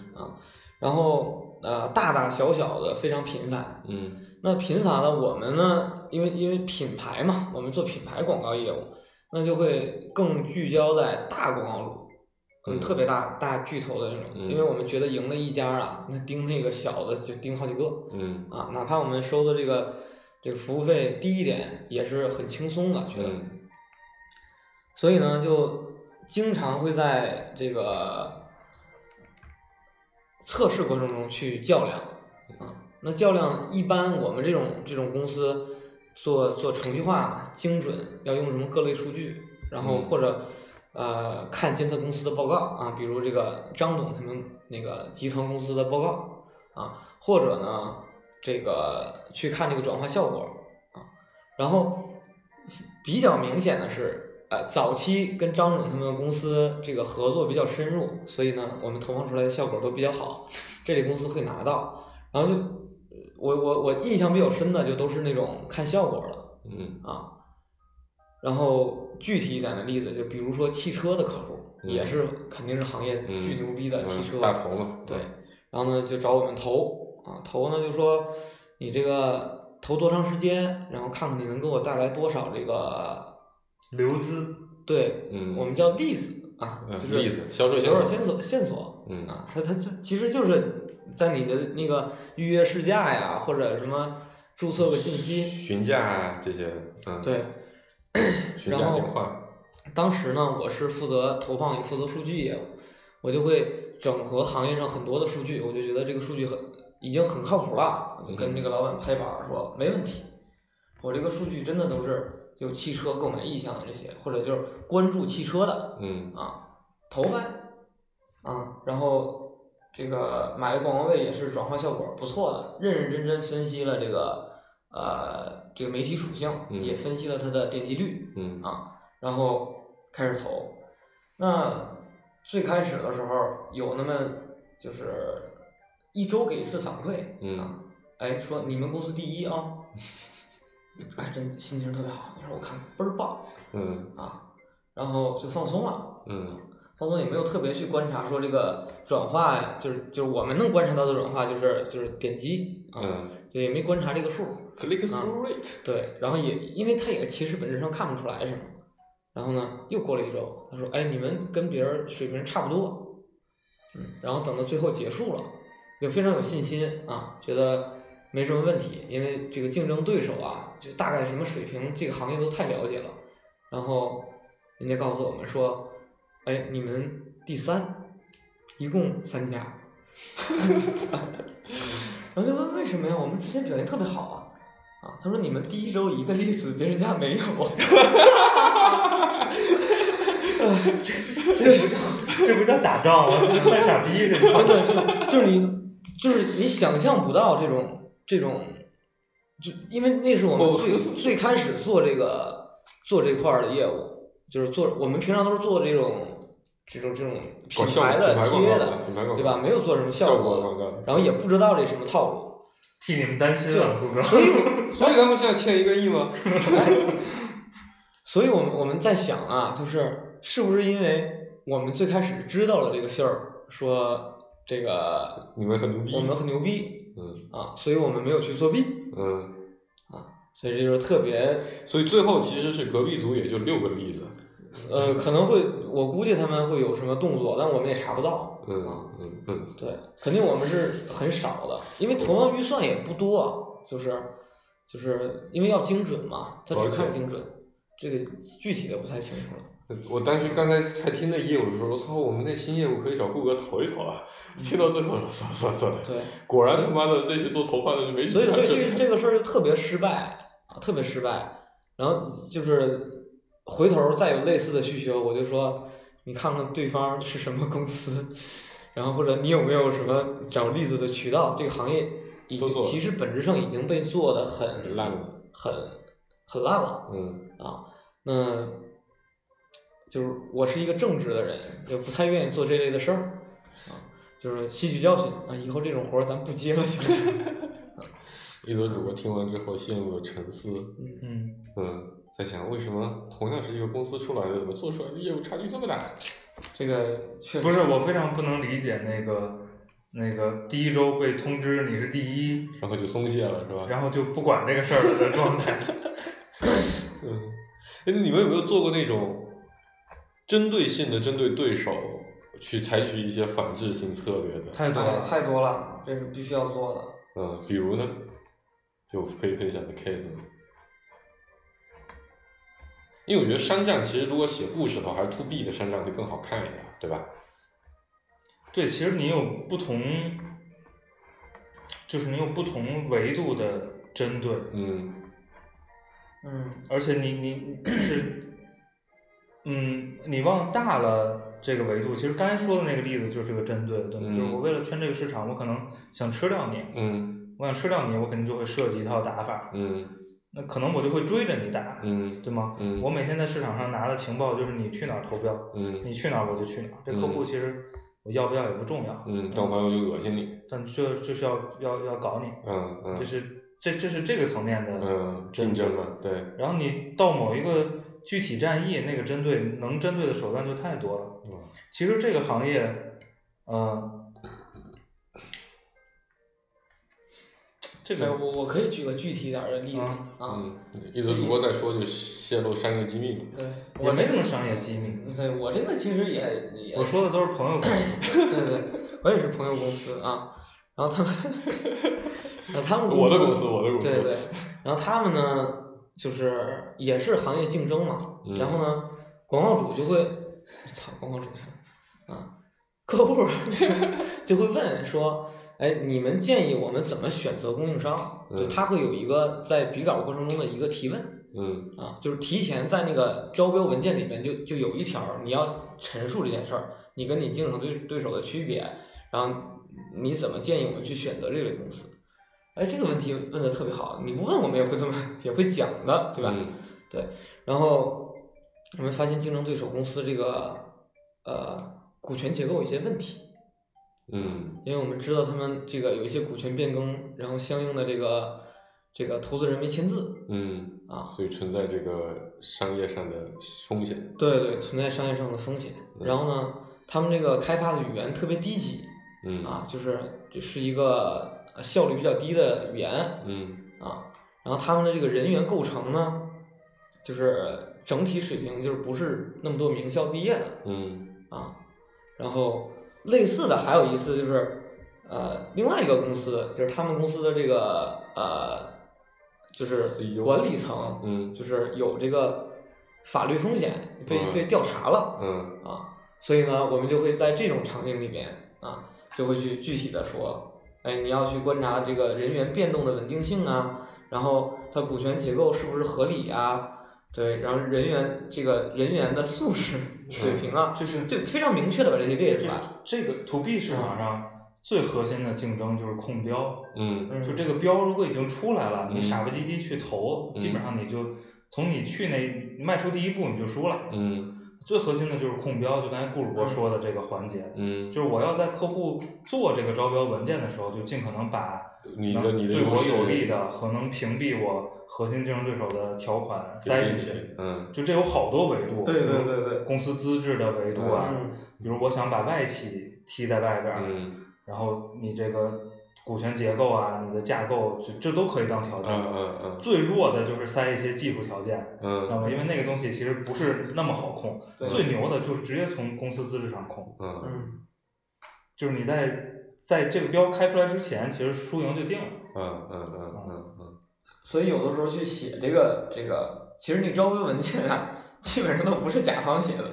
Speaker 2: 然后呃，大大小小的非常频繁。
Speaker 4: 嗯
Speaker 2: 那频繁了，我们呢，因为因为品牌嘛，我们做品牌广告业务，那就会更聚焦在大广告主，
Speaker 4: 嗯
Speaker 2: 嗯，特别大大巨头的那种，
Speaker 4: 嗯
Speaker 2: 因为我们觉得赢了一家啊，那盯那个小的就盯好几个
Speaker 4: 嗯
Speaker 2: 啊，哪怕我们收的这个这个服务费低一点，也是很轻松的，觉得。
Speaker 4: 嗯
Speaker 2: 所以呢，就经常会在这个测试过程中去较量啊。那较量一般我们这种这种公司做做程序化嘛，精准要用什么各类数据，然后
Speaker 4: 嗯
Speaker 2: 或者、呃看监测公司的报告啊，比如这个张总他们那个集团公司的报告啊，或者呢这个去看这个转化效果啊，然后比较明显的是，呃，早期跟张总他们公司这个合作比较深入，所以呢，我们投放出来的效果都比较好，这类公司会拿到。然后就呃我我我印象比较深的就都是那种看效果了
Speaker 4: 嗯
Speaker 2: 啊。然后具体一点的例子，就比如说汽车的客户，
Speaker 4: 嗯
Speaker 2: 也是肯定是行业
Speaker 4: 嗯，
Speaker 2: 哎巨牛逼的汽车、
Speaker 4: 嗯大头嘛，
Speaker 2: 对，然后呢就找我们投啊，投呢就说你这个投多长时间，然后看看你能给我带来多少这个，
Speaker 3: 流资，
Speaker 2: 对，
Speaker 4: 嗯
Speaker 2: 我们叫 leads 啊，
Speaker 4: 嗯
Speaker 2: 就是
Speaker 4: ，leads 销售线
Speaker 2: 多少
Speaker 4: 索
Speaker 2: 线索线索
Speaker 4: 嗯
Speaker 2: 啊，它它这其实就是在你的那个预约试驾呀，或者什么注册个信息，
Speaker 4: 询价啊这些，嗯，，
Speaker 2: 对，
Speaker 4: 询价
Speaker 2: 然后
Speaker 4: 电话，
Speaker 2: 当时呢，我是负责投放，也负责数据业务，我就会整合行业上很多的数据，我就觉得这个数据很已经很靠谱了，我就跟这个老板拍板儿说没问题，我这个数据真的都是有汽车购买意向的这些，或者就是关注汽车的
Speaker 4: 嗯
Speaker 2: 啊，投放啊，然后这个买的广告位也是转化效果不错的，认认真真分析了这个呃这个媒体属性，
Speaker 4: 嗯
Speaker 2: 也分析了它的点击率，
Speaker 4: 嗯
Speaker 2: 啊，然后开始投。那最开始的时候有那么就是一周给一次反馈，
Speaker 4: 嗯
Speaker 2: 啊，哎说你们公司第一 啊，哎真心情特别好，那时候我看倍儿棒
Speaker 4: 嗯
Speaker 2: 啊，然后就放松了。
Speaker 4: 嗯
Speaker 2: 放松也没有特别去观察说这个转化呀，就是就是我们能观察到的转化就是就是点击啊，
Speaker 4: 嗯
Speaker 2: 就也没观察这个数，
Speaker 4: ，click
Speaker 2: 啊
Speaker 4: through rate，
Speaker 2: 对，然后也因为他也其实本质上看不出来什么，然后呢，又过了一周，他说：“哎，你们跟别人水平差不多。”嗯，然后等到最后结束了，就非常有信心啊，觉得没什么问题，因为这个竞争对手啊，就大概什么水平，这个行业都太了解了。然后人家告诉我们说：“哎，你们第三，一共三家。” 然后就问为什么呀？我们之前表现特别好啊。啊，他说你们第一周一个例子，别人家没有。
Speaker 3: 这不叫这不叫打仗，我这是犯傻逼，这
Speaker 2: 啊，
Speaker 3: 叫
Speaker 2: 对，就就是你，就是你想象不到这种这种，就因为那是我们
Speaker 4: 哦
Speaker 2: 最最开始做这个做这块儿的业务，就是做我们平常都是做这种这种这种品
Speaker 4: 搞效果
Speaker 2: 牌
Speaker 4: 品
Speaker 2: 的
Speaker 4: 牌广
Speaker 2: 贴
Speaker 4: 告
Speaker 2: 的，
Speaker 4: 品牌广告，
Speaker 2: 对吧？没有做什么
Speaker 4: 效
Speaker 2: 果，
Speaker 4: 广告，
Speaker 2: 然后也不知道这什么套路，
Speaker 3: 替你们担心了，顾哥。
Speaker 2: 所以
Speaker 4: 所以咱们现在欠一个亿吗？
Speaker 2: 所以我们我们在想啊，就是是不是因为我们最开始知道了这个信儿，说这个
Speaker 4: 你们很牛逼，
Speaker 2: 我们很牛逼
Speaker 4: 嗯
Speaker 2: 啊，所以我们没有去作弊。
Speaker 4: 嗯，
Speaker 2: 所以这就是特别，
Speaker 4: 所以最后其实是隔壁组也就六个例子，
Speaker 2: 呃，可能会，我估计他们会有什么动作，但我们也查不到。
Speaker 4: 嗯嗯嗯
Speaker 2: 对，肯定我们是很少的，因为投放预算也不多，啊就是就是因为要精准嘛，他只
Speaker 4: 而且
Speaker 2: 看精准，这个具体的不太清楚了。
Speaker 4: 嗯我当时刚才还听那业务的时候，我操，我们那新业务可以找顾哥投一投啊！听到最后，算了算了算了，
Speaker 2: 嗯对，
Speaker 4: 果然他妈的这些做投放的就 没
Speaker 2: 所以所以
Speaker 4: 这
Speaker 2: 这这个事儿就特别失败啊，特别失败。然后就是回头再有类似的需求，我就说你看看对方是什么公司，然后或者你有没有什么找例子的渠道？这个行业已
Speaker 4: 都
Speaker 2: 经
Speaker 4: 做了
Speaker 2: 其实本质上已经被做的很
Speaker 4: 烂了，
Speaker 2: 很很烂了。
Speaker 4: 嗯
Speaker 2: 啊，那就是我是一个正直的人，也不太愿意做这类的事儿啊，就是吸取教训啊，以后这种活儿咱不接了，行不行？
Speaker 4: 一则主播听完之后陷入了沉思，
Speaker 2: 嗯，
Speaker 3: 嗯，
Speaker 4: 嗯，在想为什么同样是一个公司出来的，怎么做出来的业务差距这么大？
Speaker 2: 这个确实
Speaker 3: 不是，我非常不能理解那个那个第一周被通知你是第一，
Speaker 4: 然后就松懈了，是吧？
Speaker 3: 然后就不管这个事儿了的状态。
Speaker 4: 嗯，哎，你们有没有做过那种针对性的针对对手去采取一些反制性策略的？
Speaker 3: 太多
Speaker 2: 哎
Speaker 3: 了，
Speaker 2: 太多了，这是必须要做的。
Speaker 4: 嗯，比如呢，有可以分享的 case 吗？因为我觉得山战其实如果写故事的话，还是 to B 的山战会更好看一点，对吧？
Speaker 3: 对，其实你有不同，就是你有不同维度的针对，
Speaker 4: 嗯
Speaker 2: 嗯，
Speaker 3: 而且你你你就是，嗯，你往大了这个维度，其实刚才说的那个例子就是个针对的东西，
Speaker 4: 嗯
Speaker 3: 就是我为了圈这个市场，我可能想吃掉你，
Speaker 4: 嗯
Speaker 3: 我想吃掉你，我肯定就会设计一套打法，
Speaker 4: 嗯
Speaker 3: 那可能我就会追着你打，
Speaker 4: 嗯
Speaker 3: 对吗？
Speaker 4: 嗯
Speaker 3: 我每天在市场上拿的情报就是你去哪儿投标，
Speaker 4: 嗯
Speaker 3: 你去哪儿我就去哪儿，这客户
Speaker 4: 嗯
Speaker 3: 其实我要不要也不重要，
Speaker 4: 嗯，但我朋友就恶心你，
Speaker 3: 但就就是要要要搞你，
Speaker 4: 嗯
Speaker 3: 这
Speaker 4: 嗯
Speaker 3: 是这这是这个层面的
Speaker 4: 嗯，竞争嘛，对，
Speaker 3: 然后你到某一个具体战役，那个针对能针对的手段就太多了。
Speaker 4: 嗯
Speaker 3: 其实这个行业，呃，这
Speaker 2: 哎，
Speaker 3: 个
Speaker 2: 我我可以举个具体点儿的例子
Speaker 3: 啊
Speaker 2: 啊，
Speaker 4: 嗯，一则主播在说就泄露商业机密嘛，
Speaker 2: 对，
Speaker 3: 也
Speaker 2: 我
Speaker 3: 没
Speaker 2: 这
Speaker 3: 什么商业机密。
Speaker 2: 对我这个其实也也
Speaker 3: 我说的都是朋友关系。
Speaker 2: 对对，我也是朋友公司啊，然后他 们，然后他们
Speaker 4: 我的公司我的公司
Speaker 2: 对对，然后他们呢，就是也是行业竞争嘛，
Speaker 4: 嗯
Speaker 2: 然后呢，广告主就会，操，广告主去了啊，客户 就会问说。哎，你们建议我们怎么选择供应商？就
Speaker 4: 嗯
Speaker 2: 他会有一个在比稿过程中的一个提问
Speaker 4: 嗯
Speaker 2: 啊，就是提前在那个招标文件里面就就有一条儿，你要陈述这件事儿，你跟你竞争对对手的区别，然后你怎么建议我们去选择这类公司？哎，这个问题问的特别好，你不问我们也会这么也会讲的，对吧？
Speaker 4: 嗯
Speaker 2: 然后我们发现竞争对手公司这个呃股权结构有一些问题，
Speaker 4: 嗯
Speaker 2: 因为我们知道他们这个有一些股权变更，然后相应的这个这个投资人没签字
Speaker 4: 嗯，
Speaker 2: 啊，
Speaker 4: 所以存在这个商业上的风险，
Speaker 2: 对对，存在商业上的风险。然后呢，他们这个开发的语言特别低级
Speaker 4: 嗯
Speaker 2: 啊，就是这是一个呃效率比较低的语言，
Speaker 4: 嗯
Speaker 2: 啊，然后他们的这个人员构成呢，就是整体水平就是不是那么多名校毕业的
Speaker 4: 嗯
Speaker 2: 啊，然后类似的还有一次就是，呃，另外一个公司就是他们公司的这个呃，就是
Speaker 4: CEO
Speaker 2: 管理层，
Speaker 4: 嗯
Speaker 2: 就是有这个法律风险被
Speaker 4: 嗯
Speaker 2: 被调查了
Speaker 4: 嗯
Speaker 2: 啊，所以呢，我们就会在这种场景里面啊，就会去具体的说，哎，你要去观察这个人员变动的稳定性啊，然后它股权结构是不是合理啊，对，然后人员这个人员的素质水平啊，
Speaker 3: 就是
Speaker 2: 就非常明确的把这些列
Speaker 3: 这
Speaker 2: 出来。
Speaker 3: 这个 to B 市场上最核心的竞争就是控标，
Speaker 4: 嗯
Speaker 2: 嗯，
Speaker 3: 就这个标如果已经出来了，你
Speaker 4: 嗯
Speaker 3: 傻不唧唧去投，
Speaker 4: 嗯
Speaker 3: 基本上你就从你去那迈出第一步你就输了。
Speaker 4: 嗯
Speaker 3: 最核心的就是控标，就刚才顾主
Speaker 2: 嗯
Speaker 3: 播说的这个环节，
Speaker 4: 嗯，
Speaker 3: 就是我要在客户做这个招标文件的时候，就尽可能把
Speaker 4: 你的
Speaker 3: 能
Speaker 4: 你的
Speaker 3: 对
Speaker 4: 优
Speaker 3: 我
Speaker 4: 势
Speaker 3: 有利的和能屏蔽我核心竞争对手的条款塞
Speaker 4: 塞
Speaker 3: 进
Speaker 4: 进
Speaker 3: 去。
Speaker 4: 嗯
Speaker 3: 就这有好多维度，
Speaker 2: 对对对对
Speaker 3: 公司资质的维度啊，
Speaker 2: 嗯
Speaker 3: 比如我想把外企踢在外边儿，
Speaker 4: 嗯
Speaker 3: 然后你这个股权结构啊，你的架构，这这都可以当条
Speaker 4: 嗯
Speaker 3: 件。
Speaker 4: 嗯嗯
Speaker 3: 最弱的就是塞一些技术条件，知道
Speaker 4: 嗯
Speaker 3: 吗？因为那个东西其实不是那么好控，
Speaker 2: 对
Speaker 3: 最牛的就是直接从公司资质上控。
Speaker 4: 嗯
Speaker 2: 嗯，
Speaker 3: 就是你在在这个标开出来之前，其实输赢就定了。
Speaker 4: 嗯嗯嗯嗯，
Speaker 2: 所以有的时候去写这个这个，其实那招标文件啊，基本上都不是甲方写的，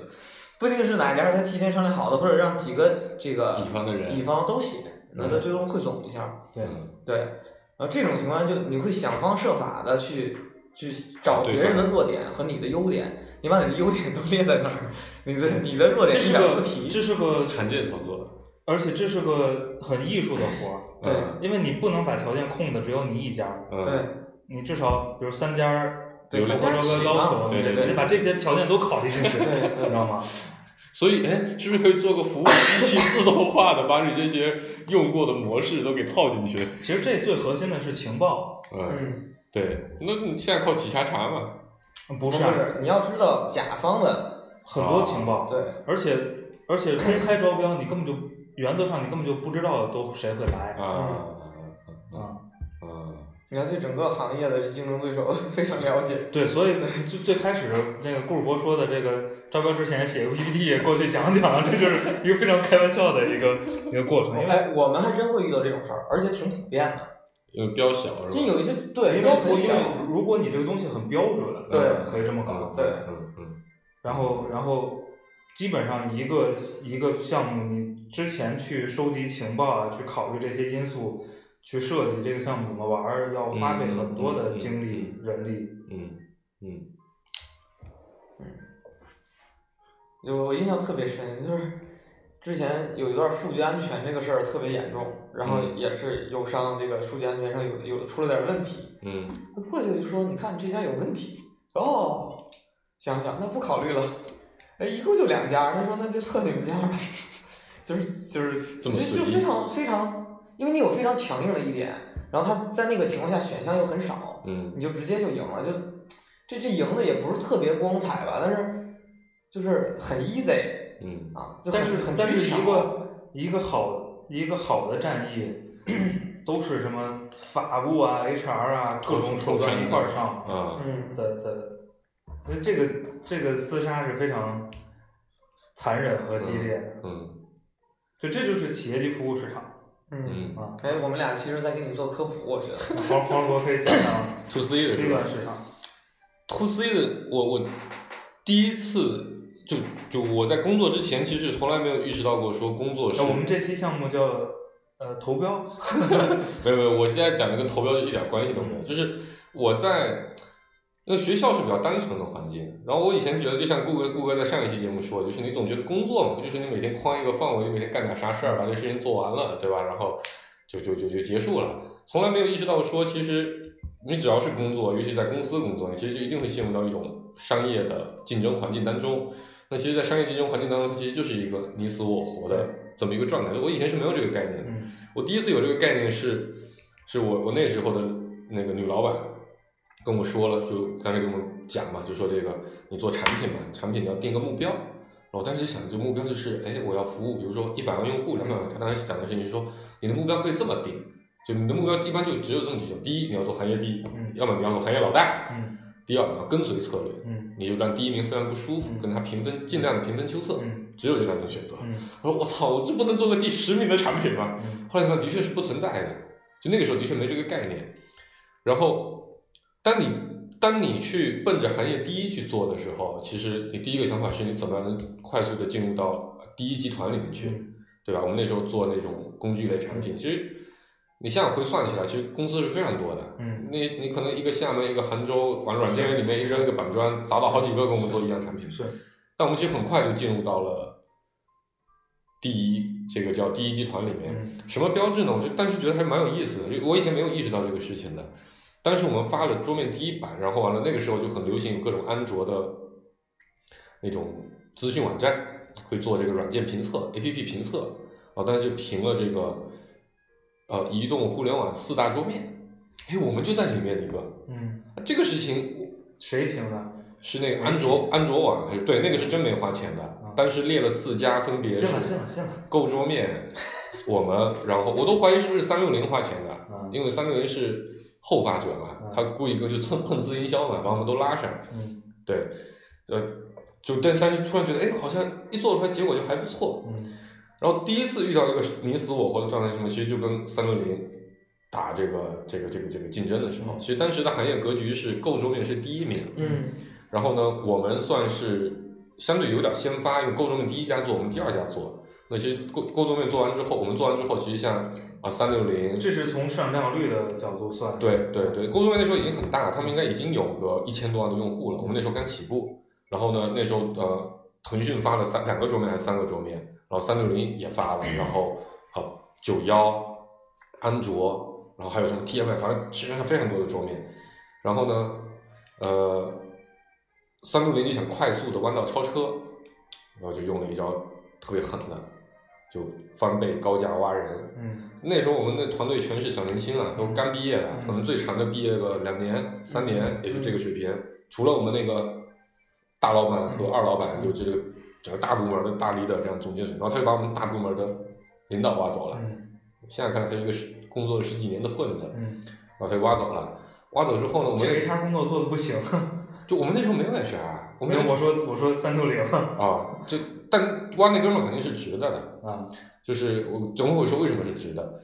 Speaker 2: 不一定是哪家他提前商量好的，或者让几个这个
Speaker 4: 乙方的人
Speaker 2: 乙方都写，那
Speaker 3: 嗯
Speaker 2: 他最终汇总一下。
Speaker 3: 对
Speaker 4: 嗯
Speaker 2: 对，然后这种情况就你会想方设法的去去找
Speaker 4: 对
Speaker 2: 别人的
Speaker 4: 方
Speaker 2: 弱点和你的优点，你把你的优点都列在那儿，你的
Speaker 3: 嗯
Speaker 2: 你的弱点
Speaker 3: 这
Speaker 2: 一
Speaker 3: 是
Speaker 2: 点儿不
Speaker 3: 个
Speaker 2: 提。
Speaker 3: 这是个
Speaker 4: 常见操作，
Speaker 3: 而且这是个很艺术的活儿，
Speaker 2: 对
Speaker 4: 嗯
Speaker 3: 因为你不能把条件控的只有你一家儿，
Speaker 4: 嗯
Speaker 2: 对，你
Speaker 3: 你至少比如三家儿
Speaker 2: 对
Speaker 3: 有符
Speaker 2: 三
Speaker 3: 合
Speaker 2: 家儿
Speaker 3: 这个
Speaker 2: 起
Speaker 3: 要
Speaker 2: 嘛
Speaker 3: 求，
Speaker 4: 对对
Speaker 3: 你
Speaker 4: 对
Speaker 3: 得把这些条件都考虑进去，
Speaker 2: 对对
Speaker 3: 你知道吗？
Speaker 4: 所以，哎，是不是可以做个服务机器自动化的，把你这些用过的模式都给套进去？
Speaker 3: 其实这最核心的是情报，
Speaker 4: 嗯，
Speaker 2: 嗯，
Speaker 4: 对，那你现在靠企查查嘛？
Speaker 3: 不
Speaker 2: 哦不
Speaker 3: 是
Speaker 2: 是
Speaker 3: 啊
Speaker 2: 你要知道甲方的
Speaker 3: 很多情报，
Speaker 2: 对
Speaker 3: 而且而且公开招标，你根本就原则上你根本就不知道都谁会来
Speaker 2: 哦
Speaker 4: 啊啊
Speaker 3: 嗯啊。
Speaker 4: 啊！
Speaker 2: 你要对整个行业的竞争对手 非常了解。
Speaker 3: 对，所以最最开始那个顾主播说的这个招标之前写个 PPT 过去讲讲，这就是一个非常开玩笑的一个一个过程，因为
Speaker 2: 哎，我们还真会遇到这种事儿，而且挺普遍的。
Speaker 4: 因为标小是吧？
Speaker 2: 就有一些对
Speaker 3: 因
Speaker 2: 标
Speaker 3: 为
Speaker 2: 很
Speaker 3: 因
Speaker 2: 小
Speaker 3: 为，如果你这个东西很标准，
Speaker 2: 对
Speaker 3: 可以这么
Speaker 4: 嗯
Speaker 3: 搞。
Speaker 2: 对
Speaker 4: 嗯嗯
Speaker 3: 然后，然后基本上一个一个项目，你之前去收集情报啊，去考虑这些因素，去设计这个项目怎么玩儿，要花费很多的精力、人力。
Speaker 4: 嗯嗯
Speaker 2: 有我印象特别深，就是之前有一段数据安全这个事儿特别严重，然后
Speaker 4: 嗯
Speaker 2: 也是友商这个数据安全上有的有的出了点问题，
Speaker 4: 嗯
Speaker 2: 他过去就说你看这家有问题，哦，想想那不考虑了，哎，一共就两家，他说那就测你们家吧， 就是就是
Speaker 4: 这么
Speaker 2: 就就
Speaker 4: 随意
Speaker 2: 非常非常，因为你有非常强硬的一点，然后他在那个情况下选项又很少，
Speaker 4: 嗯
Speaker 2: 你就直接就赢了，就这这赢的也不是特别光彩吧，但是就是很 easy
Speaker 4: 嗯
Speaker 2: 啊，就很
Speaker 3: 但是
Speaker 2: 很，
Speaker 3: 但
Speaker 2: 取
Speaker 3: 是
Speaker 2: 巧
Speaker 3: 一个一个好一个好的战役，都是什么法务啊、HR 啊各种手段一块儿上
Speaker 4: 啊
Speaker 2: 嗯，
Speaker 3: 的的，因为这个这个厮杀是非常残忍和激烈的。
Speaker 4: 嗯
Speaker 3: 就这就是企业级服务市场
Speaker 2: 嗯
Speaker 4: 嗯
Speaker 3: 啊。
Speaker 2: 哎，我们俩其实在给你做科普，我觉得，
Speaker 3: 黄黄渤可以讲讲
Speaker 4: ，to C 的
Speaker 3: 资
Speaker 4: 是吧
Speaker 3: 源市场，
Speaker 4: ？to C 的，我我第一次就就我在工作之前，其实从来没有意识到过说工作是
Speaker 3: 那我们这期项目叫呃投标，
Speaker 4: 没有没有，我现在讲这跟投标就一点关系都没有。就是我在那个学校是比较单纯的环境，然后我以前觉得，就像顾哥顾哥在上一期节目说，就是你总觉得工作嘛，不就是你每天框一个范围，你每天干点啥事儿，把这事情做完了，对吧？然后就就就就结束了，从来没有意识到说，其实你只要是工作，尤其在公司工作，你其实就一定会陷入到一种商业的竞争环境当中。那其实，在商业竞争环境当中，其实就是一个你死我活的这么一个状态。我以前是没有这个概念的。
Speaker 3: 嗯
Speaker 4: 我第一次有这个概念是，是我我那时候的那个女老板跟我说了，就刚才跟我讲嘛，就说这个你做产品嘛，产品你要定个目标。然后我当时想，这个目标就是，哎，我要服务，比如说一百万用户、两百万。他当时讲的是，你说你的目标可以这么定，就你的目标一般就只有这么几种：第一，你要做行业第一；
Speaker 3: 嗯
Speaker 4: 要么你要做行业老大；
Speaker 3: 嗯
Speaker 4: 第二，你要跟随策略，
Speaker 3: 嗯
Speaker 4: 你就让第一名非常不舒服，
Speaker 3: 嗯
Speaker 4: 跟他平分，尽量的平分秋色。
Speaker 3: 嗯
Speaker 4: 只有这两种选择。
Speaker 3: 嗯
Speaker 4: 我说我操，我这不能做个第十名的产品吗？
Speaker 3: 嗯
Speaker 4: 后来想想，的确是不存在的，就那个时候的确没这个概念。然后，当你当你去奔着行业第一去做的时候，其实你第一个想法是你怎么样能快速的进入到第一集团里面去，对吧？我们那时候做那种工具类产品，其实你现在回算起来，其实公司是非常多的。
Speaker 3: 嗯，
Speaker 4: 你你可能一个厦门，一个杭州，往软件园里面一扔一个板砖，砸到好几个跟我们做一样产品。
Speaker 3: 是
Speaker 4: 但我们其实很快就进入到了第一这个叫第一集团里面。
Speaker 3: 嗯
Speaker 4: 什么标志呢？我就当时觉得还蛮有意思的，就我以前没有意识到这个事情的。当时我们发了桌面第一版，然后完了那个时候就很流行各种安卓的那种资讯网站会做这个软件评测、APP 评测啊，当时就评了这个呃移动互联网四大桌面，哎，我们就在里面的一个。
Speaker 3: 嗯，
Speaker 4: 这个事情我
Speaker 3: 谁评的？
Speaker 4: 是那个安卓安卓网还是对那个是真没花钱的，当时列了四家，分啊别是啊
Speaker 3: 信了信了信了，
Speaker 4: 购桌面，我们然后我都怀疑是不是三六零花钱的，
Speaker 3: 嗯
Speaker 4: 因为三六零是后发者嘛
Speaker 3: 嗯，
Speaker 4: 他故意就蹭碰自营销嘛，把我们都拉上。
Speaker 3: 嗯
Speaker 4: 对，呃，就但但是突然觉得，哎，好像一做出来结果就还不错。
Speaker 3: 嗯
Speaker 4: 然后第一次遇到一个你死我活的状态，什么其实就跟三六零打这个这个这个这个竞争的时候，
Speaker 3: 嗯
Speaker 4: 其实当时的行业格局是购桌面是第一名，
Speaker 2: 嗯，
Speaker 4: 然后呢，我们算是相对有点先发，用构中面第一家做，我们第二家做。那其实构构中面做完之后，我们做完之后，其实像啊三六零，
Speaker 3: 这是从市场占有率的角度算。
Speaker 4: 对对对，构中面那时候已经很大，他们应该已经有个一千多万的用户了。我们那时候刚起步，然后呢，那时候呃，腾讯发了三两个桌面还是三个桌面，然后三六零也发了，然后啊九幺、安卓，然后还有什么 TFI，反正市面上非常多的桌面。然后呢，呃，三六零就想快速的弯道超车，然后就用了一招特别狠的，就翻倍高价挖人。
Speaker 3: 嗯
Speaker 4: 那时候我们的团队全是小年轻啊，都刚毕业的，
Speaker 3: 嗯
Speaker 4: 可能最长的毕业个两年、三年，也就这个水平。除了我们那个大老板
Speaker 3: 嗯
Speaker 4: 和二老板，就这个整个大部门的大 leader 这样总结水，然后他就把我们大部门的领导挖走了。
Speaker 3: 嗯
Speaker 4: 现在看来，他是一个十工作了十几年的混子，然
Speaker 3: 嗯，
Speaker 4: 后他就挖走了。挖走之后呢，我们
Speaker 3: 这
Speaker 4: 也
Speaker 3: HR 工作做的不行。
Speaker 4: 就我们那时候没有 HR，我们那时候
Speaker 3: 我说我说三六零
Speaker 4: 啊，这但挖那哥们儿肯定是直的的，
Speaker 3: 啊，
Speaker 4: 就是我等会儿说为什么是直的。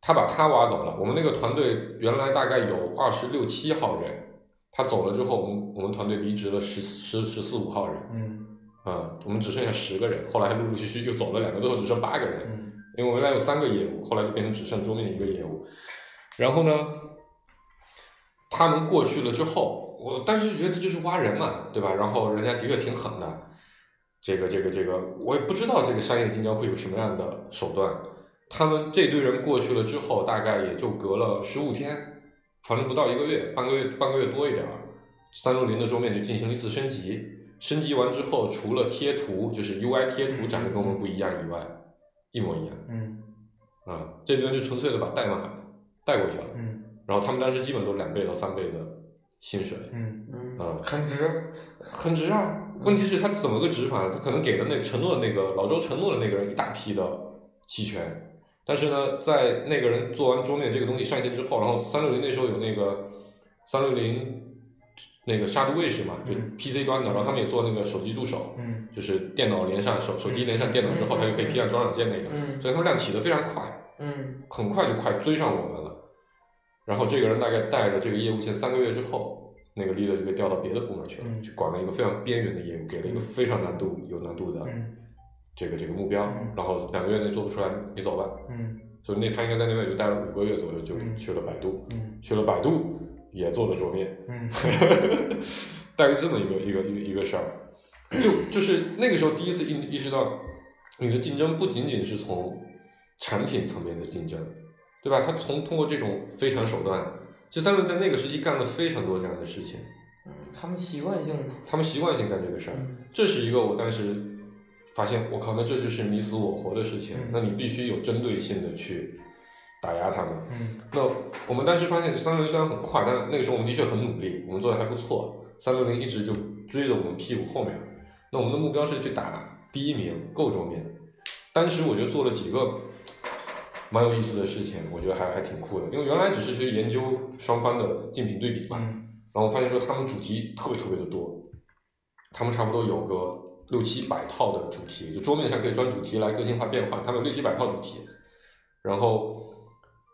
Speaker 4: 他把他挖走了，我们那个团队原来大概有二十六七号人，他走了之后，我们我们团队离职了十十十四五号人，
Speaker 3: 嗯
Speaker 4: 啊、我们只剩下十个人，后来还陆陆续续又走了两个，最后只剩八个人，
Speaker 3: 嗯
Speaker 4: 因为我们原来有三个业务，后来就变成只剩桌面一个业务。然后呢，他们过去了之后，我当时就觉得这就是挖人嘛，对吧？然后人家的确挺狠的，这个这个这个，我也不知道这个商业竞争会有什么样的手段。他们这堆人过去了之后，大概也就隔了十五天，反正不到一个月，半个月半个月多一点儿，三六零的桌面就进行了一次升级。升级完之后，除了贴图，就是 UI 贴图长得跟我们不一样以外，一模一样。
Speaker 3: 嗯
Speaker 4: 啊，这边就纯粹的把代码带过去了，
Speaker 3: 嗯
Speaker 4: 然后他们当时基本都两倍到三倍的薪水，
Speaker 3: 嗯
Speaker 2: 嗯，
Speaker 4: 嗯
Speaker 2: 很值，
Speaker 4: 很值啊。问题是他怎么个值法？他可能给了那个承诺的那个老周承诺的那个人一大批的期权，但是呢，在那个人做完桌面这个东西上线之后，然后三六零那时候有那个三六零那个杀毒卫士嘛，就
Speaker 3: 嗯
Speaker 4: PC 端的，然后他们也做那个手机助手，
Speaker 3: 嗯
Speaker 4: 就是电脑连上手手机连上电脑之后，它就可以批量装软件那个，
Speaker 2: 嗯
Speaker 4: 所以他们量起得非常快。
Speaker 2: 嗯
Speaker 4: 很快就快追上我们了。然后这个人大概带着这个业务线三个月之后，那个 leader 就被调到别的部门去了，
Speaker 3: 嗯
Speaker 4: 就管了一个非常边缘的业务，给了一个非常难度有难度的
Speaker 3: 嗯
Speaker 4: 这个这个目标
Speaker 3: 嗯，
Speaker 4: 然后两个月内做不出来没走办，
Speaker 3: 嗯
Speaker 4: 所以那他应该在那边就待了五个月左右，就
Speaker 3: 嗯
Speaker 4: 去了百度，
Speaker 3: 嗯
Speaker 4: 去了百度也做了桌面，
Speaker 3: 嗯
Speaker 4: 大概这么一个一个一个一个事儿，就就是那个时候第一次意意识到，你的竞争不仅仅是从产品层面的竞争，对吧？他从通过这种非常手段，这三轮在那个时期干了非常多这样的事情，
Speaker 2: 嗯，他们习惯性的，
Speaker 4: 他们习惯性干这个事儿，
Speaker 2: 嗯
Speaker 4: 这是一个我当时发现，我靠，那这就是你死我活的事情
Speaker 3: 嗯，
Speaker 4: 那你必须有针对性的去打压他们，
Speaker 3: 嗯
Speaker 4: 那我们当时发现三六零虽然很快，但那个时候我们的确很努力，我们做的还不错。三六零一直就追着我们屁股后面。那我们的目标是去打第一名，够桌面。当时我觉得做了几个蛮有意思的事情，我觉得还还挺酷的。因为原来只是去研究双方的竞品对比嘛，
Speaker 3: 嗯
Speaker 4: 然后我发现说他们主题特别特别的多，他们差不多有个六七百套的主题，就桌面上可以专主题来个性化变换，他们有六七百套主题。然后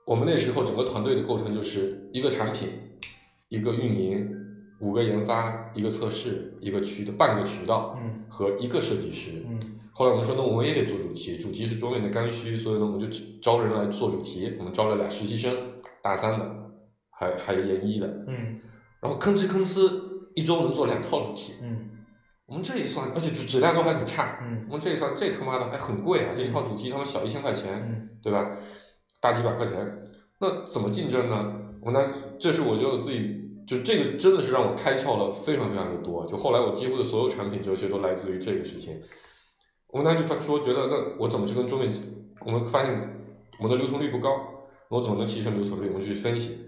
Speaker 4: 我们那时候整个团队的构成就是一个产品，一个运营，五个研发，一个测试，一个渠道半个渠道
Speaker 3: 嗯
Speaker 4: 和一个设计师。
Speaker 3: 嗯
Speaker 4: 后来我们说，那我们也得做主题，主题是桌面的刚需，所以呢，我们就只招人来做主题。我们招了俩实习生，大三的，还还有研一的。
Speaker 3: 嗯
Speaker 4: 然后吭哧吭哧，一周能做两套主题。
Speaker 3: 嗯
Speaker 4: 我们这一算，而且质质量都还很差。
Speaker 3: 嗯
Speaker 4: 我们这一算，这他妈的还很贵啊！这一套主题他妈小一千块钱，
Speaker 3: 嗯
Speaker 4: 对吧？大几百块钱，那怎么竞争呢？我那这是我觉得我自己就这个真的是让我开窍了非常非常的多。就后来我几乎的所有产品哲学都来自于这个事情。我们当时就发说觉得那我怎么去跟桌面，我们发现我们的留存率不高，我怎么能提升留存率？我们就去分析，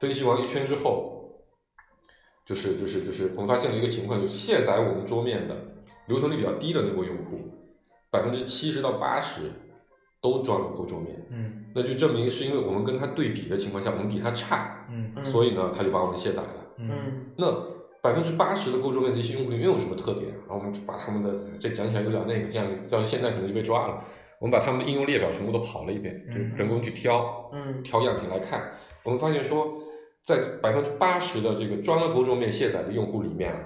Speaker 4: 分析完一圈之后，就是就是就是我们发现了一个情况，就是卸载我们桌面的留存率比较低的那波用户，百分之七十到八十都装了购桌面，
Speaker 3: 嗯
Speaker 4: 那就证明是因为我们跟他对比的情况下，我们比他差，
Speaker 3: 嗯
Speaker 2: 嗯
Speaker 4: 所以呢他就把我们卸载了。
Speaker 3: 嗯
Speaker 2: 嗯
Speaker 4: 那百分之八十的购桌面这些用户里面有什么特点？然后我们就把他们的这讲起来有点那个，像到现在可能就被抓了。我们把他们的应用列表全部都跑了一遍，就是
Speaker 3: 嗯
Speaker 4: 人工去挑
Speaker 2: 嗯
Speaker 4: 挑样品来看，我们发现说，在百分之八十的这个装了购桌面卸载的用户里面啊，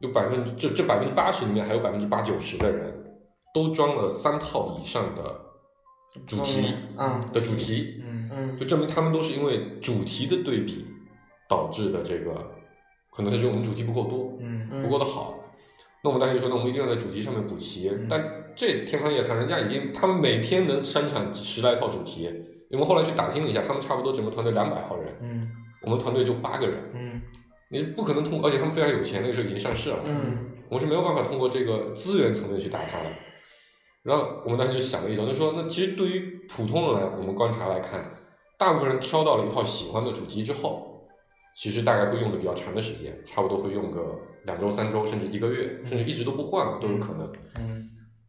Speaker 4: 有百分之这这百分之八十里面还有百分之八九十的人都装了三套以上的主题
Speaker 2: 啊
Speaker 4: 的主题，
Speaker 3: 嗯
Speaker 2: 嗯
Speaker 4: 就证明他们都是因为主题的对比导致的这个，可能他觉得我们主题不够多，
Speaker 3: 嗯
Speaker 4: 不够的好。那我们当时就说，那我们一定要在主题上面补齐。
Speaker 3: 嗯
Speaker 4: 但这天方夜谭，人家已经他们每天能生产十来套主题。因为后来去打听了一下，他们差不多整个团队两百号人，
Speaker 3: 嗯
Speaker 4: 我们团队就八个人，
Speaker 3: 嗯
Speaker 4: 你不可能通，而且他们非常有钱，那个时候已经上市了，
Speaker 2: 嗯
Speaker 4: 我们是没有办法通过这个资源层面去打它的。然后我们当时就想了一想，就说那其实对于普通人来，我们观察来看，大部分人挑到了一套喜欢的主题之后，其实大概会用的比较长的时间，差不多会用个两周、三周，甚至一个月，甚至一直都不换都有可能。
Speaker 3: 嗯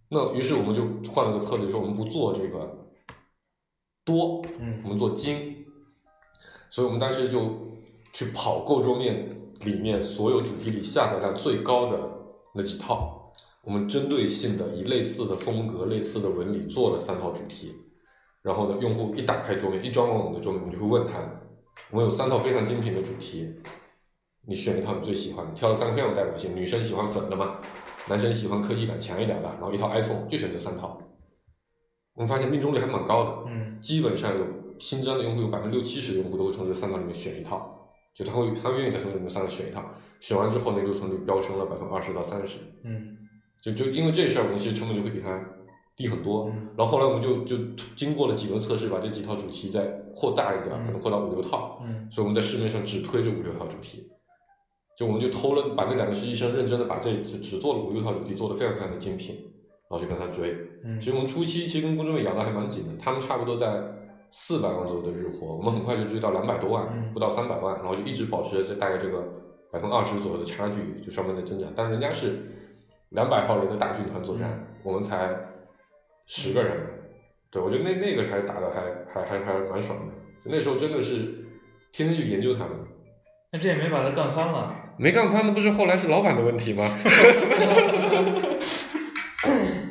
Speaker 4: 那于是我们就换了个策略，说我们不做这个多，我
Speaker 3: 嗯
Speaker 4: 们做精，所以我们当时就去跑购桌面里面所有主题里下载量最高的那几套，我们针对性的以类似的风格、类似的纹理做了三套主题，然后呢，用户一打开桌面，一装完我们的桌面，我们就会问他，我们有三套非常精品的主题，你选一套你最喜欢的，挑了三个非常有代表性，女生喜欢粉的嘛，男生喜欢科技感强一点的，然后一套 iPhone 就选择三套，我们发现命中率还蛮高的，
Speaker 3: 嗯
Speaker 4: 基本上有新增的用户有百分之六七十的用户都会从这三套里面选一套，就他会他愿意在从这里面三个选一套，选完之后那留存率飙升了百分之二十到三十，
Speaker 3: 嗯
Speaker 4: 就就因为这事儿，我们其实成本就会比它低很多。
Speaker 3: 嗯
Speaker 4: 然后后来我们就就经过了几轮测试，把这几套主题再扩大一点，
Speaker 3: 嗯
Speaker 4: 可能扩到五六套，
Speaker 3: 嗯
Speaker 4: 所以我们在市面上只推这五六套主题，就我们就偷了把那两个实习生认真的把这只只做了五六套主题，做的非常非常的精品，然后就跟他追，
Speaker 3: 嗯
Speaker 4: 其实我们初期其实跟公众也咬得还蛮紧的，他们差不多在四百万左右的日活，我们很快就追到两百多万，
Speaker 3: 嗯
Speaker 4: 不到三百万，然后就一直保持着这大概这个百分之二十左右的差距，就双边在增长。但人家是两百号人的大军团作战，
Speaker 2: 嗯
Speaker 4: 我们才十个人，对我觉得那那个还打的还还还还蛮爽的。就那时候真的是天天去研究他们，
Speaker 3: 那这也没把它干翻了。
Speaker 4: 没干翻的不是后来是老板的问题吗？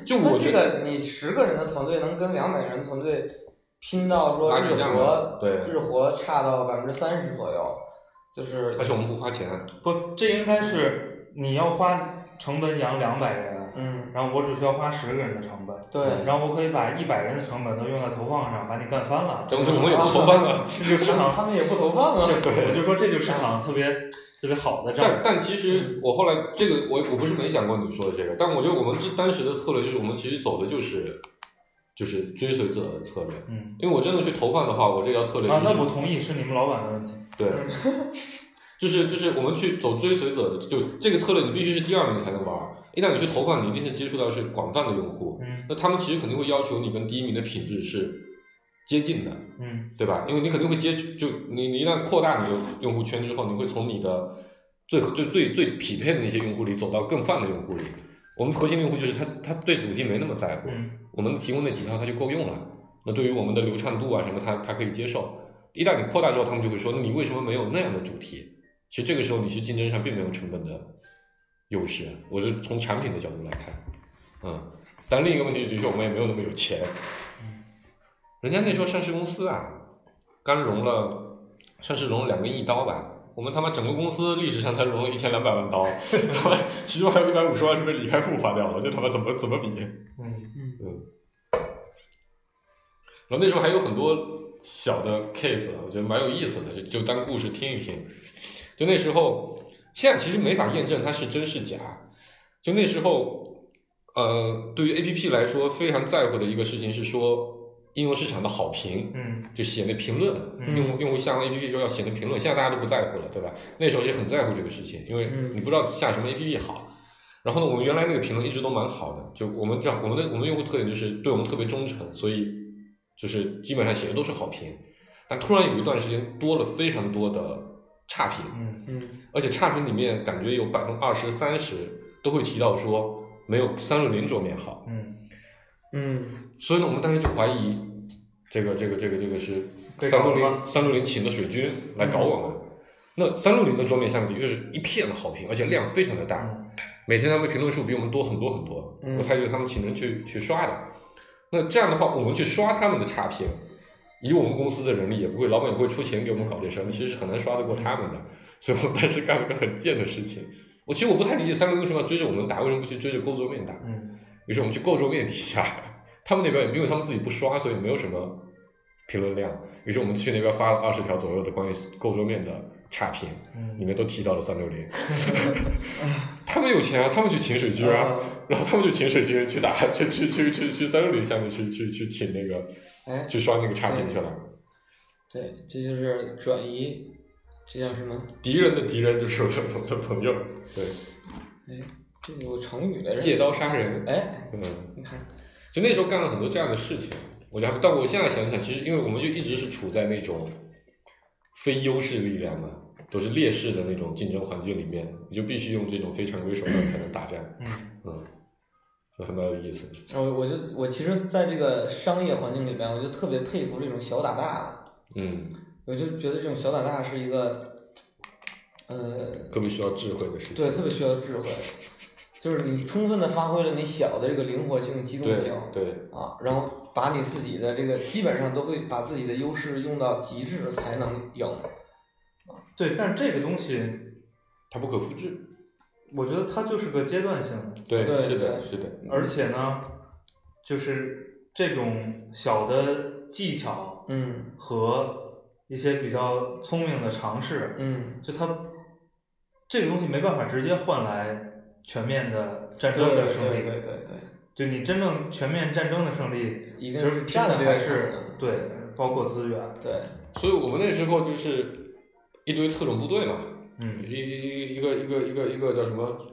Speaker 4: 就
Speaker 2: 那
Speaker 4: 我
Speaker 2: 这
Speaker 4: 觉得。
Speaker 2: 个你十个人的团队能跟两百人的团队拼到说
Speaker 4: 拉
Speaker 2: 日
Speaker 4: 锯战嘛
Speaker 3: 啊
Speaker 2: 活
Speaker 4: 啊对
Speaker 2: 日活差到百分之三十左右，就是
Speaker 4: 而且我们不花钱，
Speaker 3: 不，这应该是你要花成本养两百人，
Speaker 2: 嗯
Speaker 3: 然后我只需要花十个人的成本，
Speaker 2: 对，
Speaker 3: 然后我可以把一百人的成本都用在投放上，把你干翻了。
Speaker 4: 咱们就我们也不投放了。
Speaker 3: 这就是市场，
Speaker 2: 他们也不投放啊，
Speaker 3: 我就说这就是市场特别特别好的
Speaker 4: 但
Speaker 3: 账。
Speaker 4: 但其
Speaker 2: 嗯
Speaker 4: 实我后来这个我我不是没想过你说的这个，但我觉得我们这当时的策略就是我们其实走的就是就是追随者的策略，
Speaker 3: 嗯
Speaker 4: 因为我真的去投放的话，我这条策略、就是、
Speaker 3: 啊，那我同意是你们老板的问题。
Speaker 4: 对， 就是就是我们去走追随者的，就这个策略你必须是第二名才能玩儿，一旦你去投放，你一定是接触到是广泛的用户，
Speaker 3: 嗯
Speaker 4: 那他们其实肯定会要求你跟第一名的品质是接近的，
Speaker 3: 嗯
Speaker 4: 对吧？因为你肯定会接触，就你你一旦扩大你的用户圈之后，你会从你的最最最最匹配的那些用户里走到更泛的用户里。我们核心用户就是他，他对主题没那么在乎，
Speaker 3: 嗯
Speaker 4: 我们提供那几套他就够用了。那对于我们的流畅度啊什么，他他可以接受。一旦你扩大之后，他们就会说，那你为什么没有那样的主题？其实这个时候你是竞争上并没有成本的优势，我是从产品的角度来看，嗯。但另一个问题就是我们也没有那么有钱，人家那时候上市公司啊，刚融了，上市融了两个亿刀吧。我们他妈整个公司历史上才融了一千两百万刀， 他妈其中还有一百五十万是被李开复花掉了，这他妈怎么怎么比？
Speaker 3: 嗯
Speaker 4: 然后那时候还有很多小的 case，我啊觉得蛮有意思的，就就当故事听一听。就那时候，现在其实没法验证它是真是假。就那时候，呃，对于 A P P 来说非常在乎的一个事情是说应用市场的好评，
Speaker 3: 嗯
Speaker 4: 就写那评论，
Speaker 3: 嗯
Speaker 4: 用户用户下完 A P P 之后要写那评论，现在大家都不在乎了，对吧？那时候就很在乎这个事情，因为
Speaker 2: 嗯
Speaker 4: 你不知道下什么 A P P 好。然后呢，我们原来那个评论一直都蛮好的，就我们这样，我们的我们用户特点就是对我们特别忠诚，所以就是基本上写的都是好评。但突然有一段时间多了非常多的差评，
Speaker 3: 嗯
Speaker 2: 嗯
Speaker 4: 而且差评里面感觉有百分之二十三十都会提到说没有三六零桌面好，
Speaker 3: 嗯，
Speaker 2: 嗯
Speaker 4: 所以呢，我们当时就怀疑这个这个这个这个是
Speaker 3: 被
Speaker 4: 三
Speaker 3: 搞
Speaker 4: 六
Speaker 3: 了吗
Speaker 4: 零三六零请的水军来搞我们。那三六零的桌面下面的确是一片的好评，而且量非常的大。
Speaker 3: 嗯
Speaker 4: 每天他们评论数比我们多很多很多，
Speaker 2: 嗯
Speaker 4: 我猜就是他们请人去去刷的。那这样的话，我们去刷他们的差评，以我们公司的人力，也不会，老板也不会出钱给我们搞这事儿，我们其实是很难刷得过他们的。所以我们当时干了个很贱的事情，我其实我不太理解三个英雄要追着我们打，为什么不去追着构筑面打？
Speaker 3: 嗯
Speaker 4: 于是我们去构筑面底下， 他们那边因为他们自己不刷，所以没有什么评论量。于是我们去那边发了二十条左右的关于构筑面的差评，
Speaker 3: 嗯，
Speaker 4: 里面都提到了三六零。 他们有钱啊，他们去请水军啊，然后他们就请水军去打，去去去去去三六零下面去去去请那个
Speaker 2: 哎，
Speaker 4: 去刷那个差评去了。
Speaker 2: 对，这就是转移，这叫什么？
Speaker 4: 敌人的敌人就是我的我的朋友，对，
Speaker 2: 哎，这有成语来着。
Speaker 4: 借刀杀人。
Speaker 2: 哎，
Speaker 4: 嗯，
Speaker 2: 你看，
Speaker 4: 就那时候干了很多这样的事情，我觉得还，但我现在想想，其实因为我们就一直是处在那种非优势力量嘛，都是劣势的那种竞争环境里面，你就必须用这种非常规手段才能打战，
Speaker 3: 嗯
Speaker 4: 嗯，就还蛮有意思的，
Speaker 2: 我我就我其实在这个商业环境里边，我就特别佩服这种小打大的，
Speaker 4: 嗯，
Speaker 2: 我就觉得这种小打大是一个，呃，
Speaker 4: 特别需要智慧的事情，
Speaker 2: 对，特别需要智慧，就是你充分的发挥了你小的这个灵活性、机动
Speaker 4: 对
Speaker 2: 性
Speaker 4: 对
Speaker 2: 啊，然后把你自己的这个基本上都会把自己的优势用到极致才能赢。
Speaker 3: 对，但是这个东西，
Speaker 4: 它不可复制，
Speaker 3: 我觉得它就是个阶段性的，
Speaker 4: 对，
Speaker 2: 对
Speaker 4: 是的，
Speaker 2: 对
Speaker 4: 是的，
Speaker 3: 而且呢，就是这种小的技巧
Speaker 2: 嗯
Speaker 3: 和一些比较聪明的尝试，
Speaker 2: 嗯，
Speaker 3: 就它这个东西没办法直接换来全面的战
Speaker 2: 对
Speaker 3: 争
Speaker 2: 对
Speaker 3: 的胜利，
Speaker 2: 对对对，
Speaker 3: 就你真正全面战争的胜利，
Speaker 2: 一
Speaker 3: 其
Speaker 2: 定
Speaker 3: 实
Speaker 2: 是
Speaker 3: 拼的
Speaker 2: 战略
Speaker 3: 还
Speaker 2: 上
Speaker 3: 是
Speaker 2: 的
Speaker 3: 对，包括资源，
Speaker 2: 对
Speaker 4: 所以我们那时候就是一堆特种部队嘛，
Speaker 3: 嗯
Speaker 4: 一一一个一个一个一个叫什么？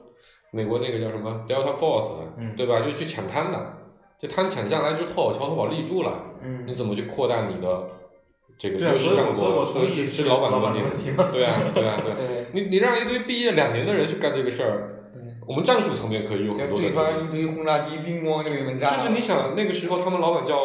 Speaker 4: 美国那个叫什么 Delta Force，、
Speaker 3: 嗯
Speaker 4: 对吧？就去抢滩的，这滩抢下来之后，桥头堡立住了，
Speaker 2: 嗯，
Speaker 4: 你怎么去扩大你的这个
Speaker 3: 对啊
Speaker 4: 优势
Speaker 3: 所以
Speaker 4: 战
Speaker 3: 我所以
Speaker 4: 果？
Speaker 3: 我同意
Speaker 4: 是
Speaker 3: 是
Speaker 4: 老板的
Speaker 3: 老板的
Speaker 4: 问
Speaker 3: 问
Speaker 4: 题
Speaker 3: 题
Speaker 4: 吗
Speaker 3: 嘛？
Speaker 4: 对啊，对啊，对啊。
Speaker 2: 对
Speaker 4: 你你让一堆毕业两年的人去干这个事儿，
Speaker 2: 对。
Speaker 4: 我们战术层面可以有很
Speaker 2: 像
Speaker 4: 多
Speaker 2: 对
Speaker 4: 的努力
Speaker 2: 方一堆轰炸机，叮咣就给们炸
Speaker 4: 就
Speaker 2: 了。
Speaker 4: 是你想那个时候他们老板叫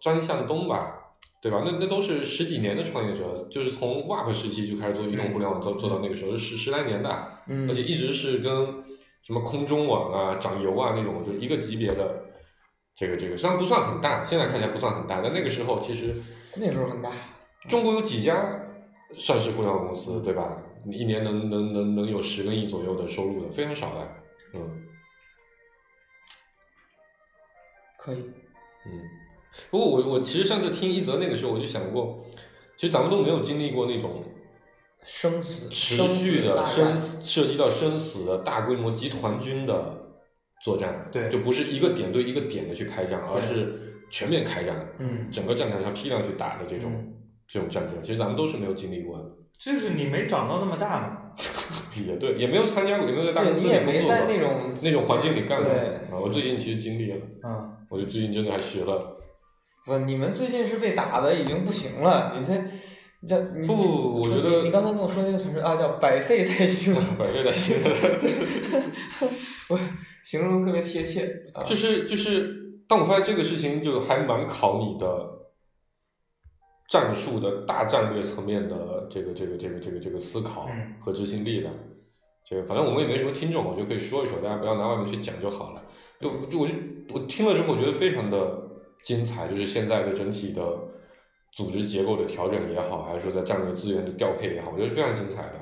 Speaker 4: 张向东吧，对吧？那那都是十几年的创业者，就是从 WAP 时期就开始做移动互联网，做做到那个时候十十来年的。
Speaker 2: 嗯，
Speaker 4: 而且一直是跟什么空中网啊、掌游啊那种，就一个级别的。这个这个虽然不算很大，现在看起来不算很大，但那个时候其实
Speaker 2: 那时候很大，
Speaker 4: 中国有几家上市互联网公司，对吧？你一年能能能能有十个亿左右的收入的，非常少的。嗯
Speaker 2: 可以。
Speaker 4: 嗯。不过我我其实上次听一泽那个时候，我就想过，其实咱们都没有经历过那种
Speaker 2: 生死
Speaker 4: 持
Speaker 2: 生
Speaker 4: 续
Speaker 2: 死
Speaker 4: 的
Speaker 2: 大
Speaker 4: 生
Speaker 2: 战
Speaker 4: 死涉及到生死的大规模集团军的作战，
Speaker 3: 对
Speaker 4: 就不是一个点对一个点的去开战，而
Speaker 3: 对
Speaker 4: 是全面开战，
Speaker 2: 嗯
Speaker 4: 整个战场上批量去打的这种、这种战争，其实咱们都是没有经历过的，
Speaker 3: 就是你没长到那么大嘛，
Speaker 4: 也对，也没有参加过，也没有在大
Speaker 2: 对
Speaker 4: 公司
Speaker 2: 你
Speaker 4: 里
Speaker 2: 也
Speaker 4: 工
Speaker 2: 没
Speaker 4: 作
Speaker 2: 在
Speaker 4: 过
Speaker 2: 那种
Speaker 4: 那种环境里干过。
Speaker 2: 对
Speaker 4: 啊，我最近其实经历了，
Speaker 3: 嗯，
Speaker 4: 我就最近真的还学了，
Speaker 2: 不，你们最近是被打的已经不行了，你这这你
Speaker 4: 不不不
Speaker 2: 这
Speaker 4: 我觉
Speaker 2: 你
Speaker 4: 得
Speaker 2: 你刚才跟我说那个词儿啊，叫百废待兴，
Speaker 4: 百倍的心了。
Speaker 2: 我形容得特别贴切啊。
Speaker 4: 就是就是，但我发现这个事情就还蛮考你的战术的大战略层面的这个这个这个这个这个思考
Speaker 3: 嗯
Speaker 4: 和执行力的。这个反正我们也没什么听众，我就可以说一说，大家不要拿外面去讲就好了。就就我就我听了之后，我觉得非常的精彩，就是现在的整体的组织结构的调整也好，还是说在战略资源的调配也好，我觉得非常精彩的。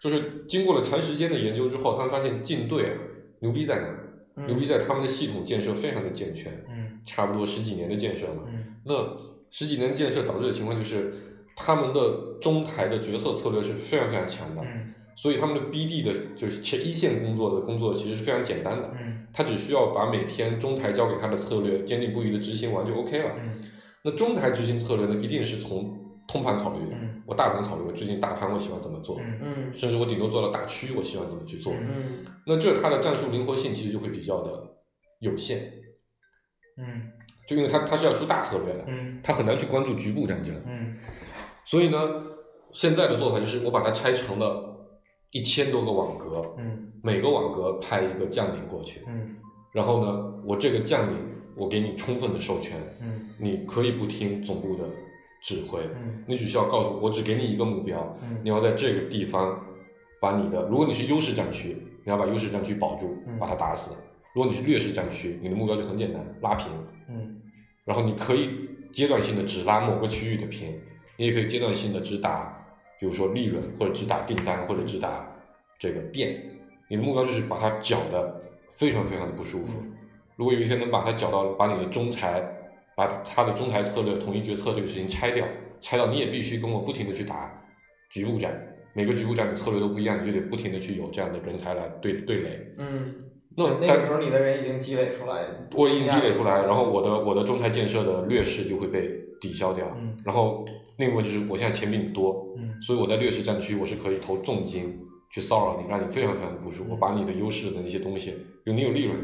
Speaker 4: 就是经过了长时间的研究之后，他们发现进队啊牛逼在哪儿？
Speaker 2: 嗯
Speaker 4: 牛逼在他们的系统建设非常的健全，
Speaker 3: 嗯
Speaker 4: 差不多十几年的建设嘛。
Speaker 3: 嗯
Speaker 4: 那十几年建设导致的情况就是，他们的中台的决策策略是非常非常强的，
Speaker 3: 嗯
Speaker 4: 所以他们的 BD 的就是前一线工作的工作其实是非常简单的，
Speaker 3: 嗯
Speaker 4: 他只需要把每天中台交给他的策略坚定不移的执行完就 OK 了。
Speaker 3: 嗯
Speaker 4: 那中台执行策略呢，一定是从通盘考虑的，
Speaker 3: 嗯
Speaker 4: 我大盘考虑，我最近大盘我喜欢怎么做，
Speaker 3: 嗯
Speaker 2: 嗯
Speaker 4: 甚至我顶多做到大区，我希望怎么去做。
Speaker 3: 嗯
Speaker 2: 嗯
Speaker 4: 那这它的战术灵活性其实就会比较的有限，
Speaker 3: 嗯
Speaker 4: 就因为它它是要出大策略的，
Speaker 3: 嗯
Speaker 4: 它很难去关注局部战争。
Speaker 3: 嗯
Speaker 4: 所以呢，现在的做法就是我把它拆成了一千多个网格，
Speaker 3: 嗯
Speaker 4: 每个网格派一个将领过去，
Speaker 3: 嗯
Speaker 4: 然后呢，我这个将领我给你充分的授权，
Speaker 3: 嗯
Speaker 4: 你可以不听总部的指挥，
Speaker 3: 嗯
Speaker 4: 你只需要告诉我，我只给你一个目标，
Speaker 3: 嗯
Speaker 4: 你要在这个地方把你的，如果你是优势战区，你要把优势战区保住
Speaker 3: 嗯，
Speaker 4: 把它打死；如果你是劣势战区，你的目标就很简单，拉平。
Speaker 3: 嗯
Speaker 4: 然后你可以阶段性的只拉某个区域的平，你也可以阶段性的只打，比如说利润或者只打订单或者只打这个店，你的目标就是把它搅得非常非常的不舒服。如果有一天能把它搅到把你的中台，把它的中台策略、统一决策这个事情拆掉，拆到你也必须跟我不停的去打局部战，每个局部战的策略都不一样，你就得不停的去有这样的人才来对对垒。
Speaker 2: 嗯，
Speaker 4: 那
Speaker 2: 那
Speaker 4: 但
Speaker 2: 个时候你的人已经积累出来，
Speaker 4: 我已经积累出来，然后我的我的中台建设的劣势就会被抵消掉。
Speaker 3: 嗯
Speaker 4: 然后另外就是我现在钱比你多，
Speaker 3: 嗯
Speaker 4: 所以我在劣势战区我是可以投重金去骚扰你，让你非常非常的不舒服，
Speaker 3: 嗯
Speaker 4: 把你的优势的那些东西，比如你有利润，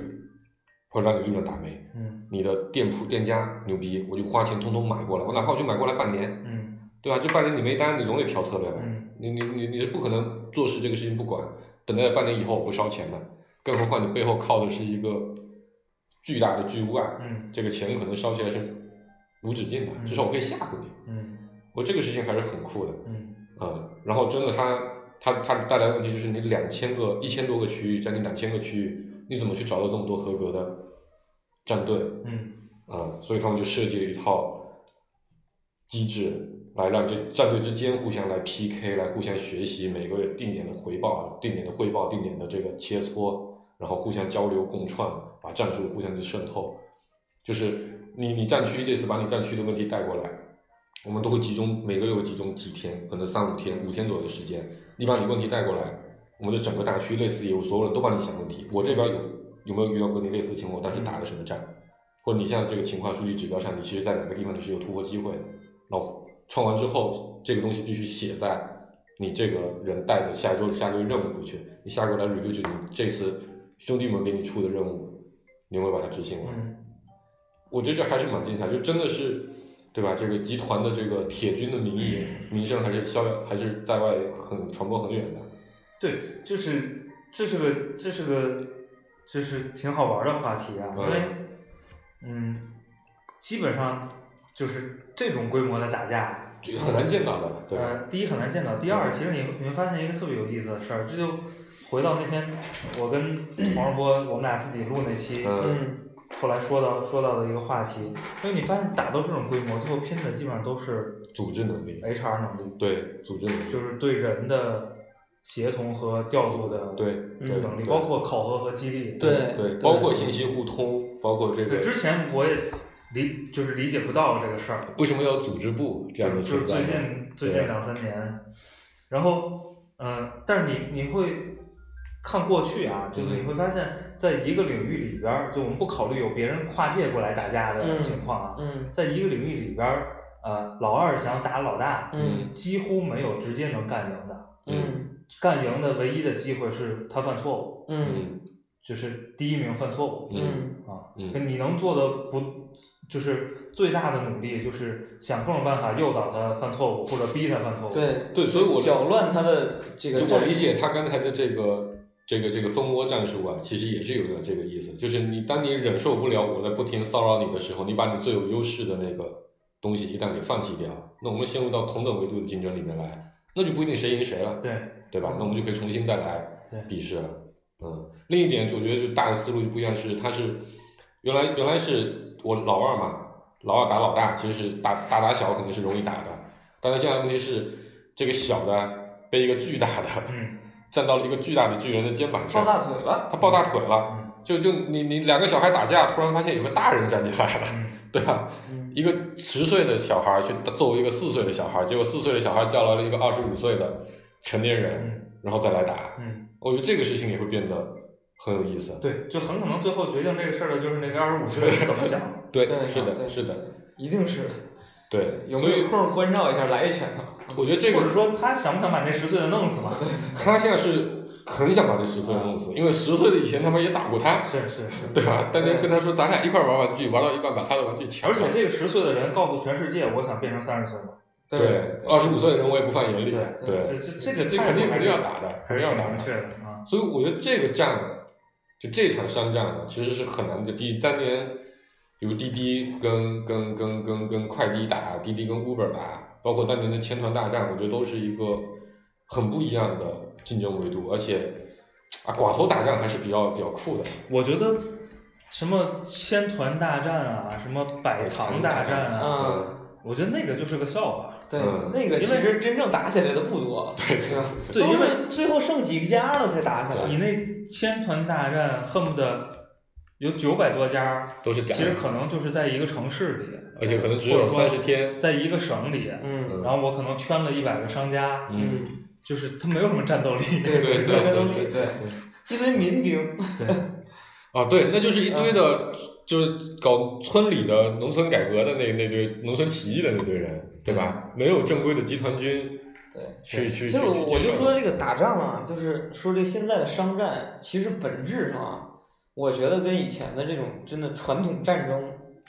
Speaker 4: 或者让你利润打没，
Speaker 3: 嗯
Speaker 4: 你的店铺店家牛逼，我就花钱通通买过来，我哪怕我就买过来半年，
Speaker 3: 嗯
Speaker 4: 对吧？这半年你没单，你总得调策略吧？
Speaker 3: 嗯
Speaker 4: 你你你你是不可能做事这个事情不管，等待半年以后我不烧钱的，更何况你背后靠的是一个巨大的巨无啊，
Speaker 3: 嗯
Speaker 4: 这个钱可能烧起来是无止境的，
Speaker 3: 嗯
Speaker 4: 至少我可以吓唬你。
Speaker 3: 嗯
Speaker 4: 我这个事情还是很酷的，
Speaker 3: 嗯
Speaker 4: 嗯，然后真的它它它带来的问题就是你两千个一千多个区域，将近两千个区域，你怎么去找到这么多合格的战队？
Speaker 3: 嗯
Speaker 4: 啊、所以他们就设计了一套机制，来让这战队之间互相来 PK，来互相学习，每个月定点的回报、定点的汇报、定点的这个切磋，然后互相交流共创，把战术互相去渗透。就是你你战区这次把你战区的问题带过来，我们都会集中每个月会集中几天，可能三五天、五天左右的时间，你把你问题带过来，我们的整个大区类似业务，所有人都帮你想问题。我这边有有没有遇到过你类似的情况？我当时打了什么战？或者你像这个情况数据指标上，你其实在哪个地方你是有突破机会的？然后创完之后，这个东西必须写在你这个人带着下一周的下一周任务回去，你下周来 review 就你这次兄弟们给你出的任务，你有没有把它执行完？
Speaker 3: 嗯
Speaker 4: 我觉得这还是蛮精彩，就真的是，对吧？这个集团的这个铁军的名义
Speaker 3: 嗯
Speaker 4: 名声还是逍遥，还是在外很传播很远的。
Speaker 3: 对，就是这是个这是个就是挺好玩的话题啊，因为嗯，基本上就是这种规模的打架，
Speaker 4: 就很难见到的，对吧？
Speaker 3: 呃，第一很难见到，第二其实你你会发现一个特别有意思的事儿，这就回到那天我跟 黄世波我们俩自己录那期，
Speaker 4: 嗯
Speaker 2: 嗯，
Speaker 3: 后来说到说到的一个话题，因为你发现打到这种规模，最后拼的基本上都是
Speaker 4: 组织能力，
Speaker 3: HR 能力，
Speaker 4: 对，组织能力，
Speaker 3: 就是对人的协同和调度的嗯
Speaker 4: 对对
Speaker 3: 能力，
Speaker 4: 对
Speaker 3: 包括考核和激励。
Speaker 2: 对
Speaker 4: 对，包括信息互通，包括这
Speaker 3: 对，
Speaker 4: 个
Speaker 3: 之前我也理就是理解不到这个事儿，
Speaker 4: 为什么要组织部这样的
Speaker 3: 就是
Speaker 4: 存在
Speaker 3: 最
Speaker 4: 呢？
Speaker 3: 近最
Speaker 4: 对
Speaker 3: 近两三年，然后嗯、呃但是你你会看过去啊，就是
Speaker 4: 嗯
Speaker 3: 你会发现在一个领域里边儿，就我们不考虑有别人跨界过来打架的
Speaker 2: 嗯
Speaker 3: 情况啊，
Speaker 2: 嗯
Speaker 3: 在一个领域里边儿，呃，老二想打老大，
Speaker 2: 嗯
Speaker 3: 几乎没有直接能干赢的。
Speaker 2: 嗯
Speaker 3: 干赢的唯一的机会是他犯错误，
Speaker 2: 嗯
Speaker 4: 嗯
Speaker 3: 就是第一名犯错误、
Speaker 2: 嗯
Speaker 3: 啊。
Speaker 4: 嗯
Speaker 3: 那你能做的不就是最大的努力，就是想各种办法诱导他犯错误，或者逼他犯错误。，
Speaker 2: 对
Speaker 4: 对所以我
Speaker 2: 搅乱他的这个
Speaker 4: 就
Speaker 2: 战术，
Speaker 4: 我理解他刚才的这个这个这个蜂窝战术啊，其实也是有点这个意思，就是你当你忍受不了我在不停骚扰你的时候，你把你最有优势的那个东西一旦给放弃掉，那我们陷入到同等维度的竞争里面来，那就不一定谁赢谁了，
Speaker 3: 对
Speaker 4: 对吧？那我们就可以重新再来
Speaker 3: 对
Speaker 4: 比试了。嗯，另一点，我觉得就大的思路就不一样是，他是原来原来是我老二嘛，老二打老大，其实是打大打小肯定是容易打的，但是现在问题是这个小的被一个巨大的
Speaker 3: 嗯
Speaker 4: 站到了一个巨大的巨人的肩膀
Speaker 2: 抱
Speaker 4: 上，
Speaker 2: 大腿了，
Speaker 4: 他抱大腿了，
Speaker 3: 嗯
Speaker 4: 就就你你两个小孩打架，突然发现有个大人站起来了，
Speaker 3: 嗯
Speaker 4: 对吧？
Speaker 2: 嗯
Speaker 4: 一个十岁的小孩去揍一个四岁的小孩，结果四岁的小孩叫来了一个二十五岁的成年人，
Speaker 3: 嗯
Speaker 4: 然后再来打，
Speaker 3: 嗯，
Speaker 4: 我觉得这个事情也会变得很有意思。
Speaker 3: 对，就很可能最后决定这个事儿的就是那个二十五岁是怎么想。
Speaker 4: 对
Speaker 2: 对
Speaker 4: 是的，
Speaker 2: 对
Speaker 4: 是的，
Speaker 2: 一定是的
Speaker 4: 对，
Speaker 2: 有
Speaker 4: 所
Speaker 2: 没
Speaker 4: 以
Speaker 2: 有空关照一下，来一拳啊？
Speaker 4: 我觉得这
Speaker 3: 或者
Speaker 4: 个
Speaker 3: 说他想不想把那十岁的弄死嘛？
Speaker 4: 他现在是很想把这十岁弄死，因为十岁的以前他们也打过他，
Speaker 3: 是是是，
Speaker 4: 对啊吧？大家跟他说咱俩一块儿玩玩具，玩到一半把他的玩具抢
Speaker 3: 而
Speaker 4: 走
Speaker 3: 且这个十岁的人告诉全世界，我想变成三十岁嘛。
Speaker 4: 对，二十五岁的人我也不放眼里，
Speaker 3: 对
Speaker 4: 对，
Speaker 3: 这这这个
Speaker 4: 这
Speaker 3: 态
Speaker 4: 肯
Speaker 3: 度
Speaker 4: 定肯
Speaker 3: 还是
Speaker 4: 定要打的，肯定要
Speaker 3: 挺
Speaker 4: 打
Speaker 3: 明确
Speaker 4: 的。
Speaker 3: 的啊。
Speaker 4: 所以我觉得这个战，就这场商战啊，其实是很难的，比当年比如滴滴跟跟跟跟跟快滴打，滴滴跟 Uber 打，包括当年的千团大战，我觉得都是一个很不一样的竞争维度，而且啊，寡头打仗还是比较比较酷的。
Speaker 3: 我觉得哎什么千团大战啊，什么百堂大战啊，
Speaker 2: 嗯
Speaker 4: 嗯
Speaker 3: 我觉得那个就是个笑话。
Speaker 2: 对，
Speaker 4: 嗯
Speaker 2: 那个其实真正打起来的不多，
Speaker 3: 嗯
Speaker 2: 对吧？
Speaker 3: 对
Speaker 2: 都
Speaker 3: 因为
Speaker 2: 是最后剩几家了才打起来。
Speaker 3: 你那千团大战恨不得有九百多家，
Speaker 4: 都是假
Speaker 3: 其实
Speaker 4: 的，
Speaker 3: 可能就是在一个城市里，
Speaker 4: 而且可能只
Speaker 3: 或
Speaker 4: 有
Speaker 3: 者说
Speaker 4: 三十天。
Speaker 3: 在一个省里，
Speaker 2: 嗯
Speaker 3: 然后我可能圈了一百个商家，
Speaker 4: 嗯，
Speaker 3: 就是他没有什么战斗力。
Speaker 2: 对
Speaker 4: 对
Speaker 2: 对
Speaker 4: 对
Speaker 2: 对
Speaker 4: 对
Speaker 2: 对，一堆民兵，
Speaker 3: 对，
Speaker 4: 啊，对，那就是一堆
Speaker 2: 嗯
Speaker 4: 的，就是搞村里的农村改革的那那堆农村起义的那堆人，对吧？没有正规的集团
Speaker 2: 嗯
Speaker 4: 军
Speaker 2: 对。
Speaker 4: 去去去去
Speaker 2: 就是我我
Speaker 4: 接
Speaker 2: 就
Speaker 4: 受
Speaker 2: 说这个打仗啊，就是说这现在的商战，其实本质上啊，我觉得跟以前的这种真的传统战争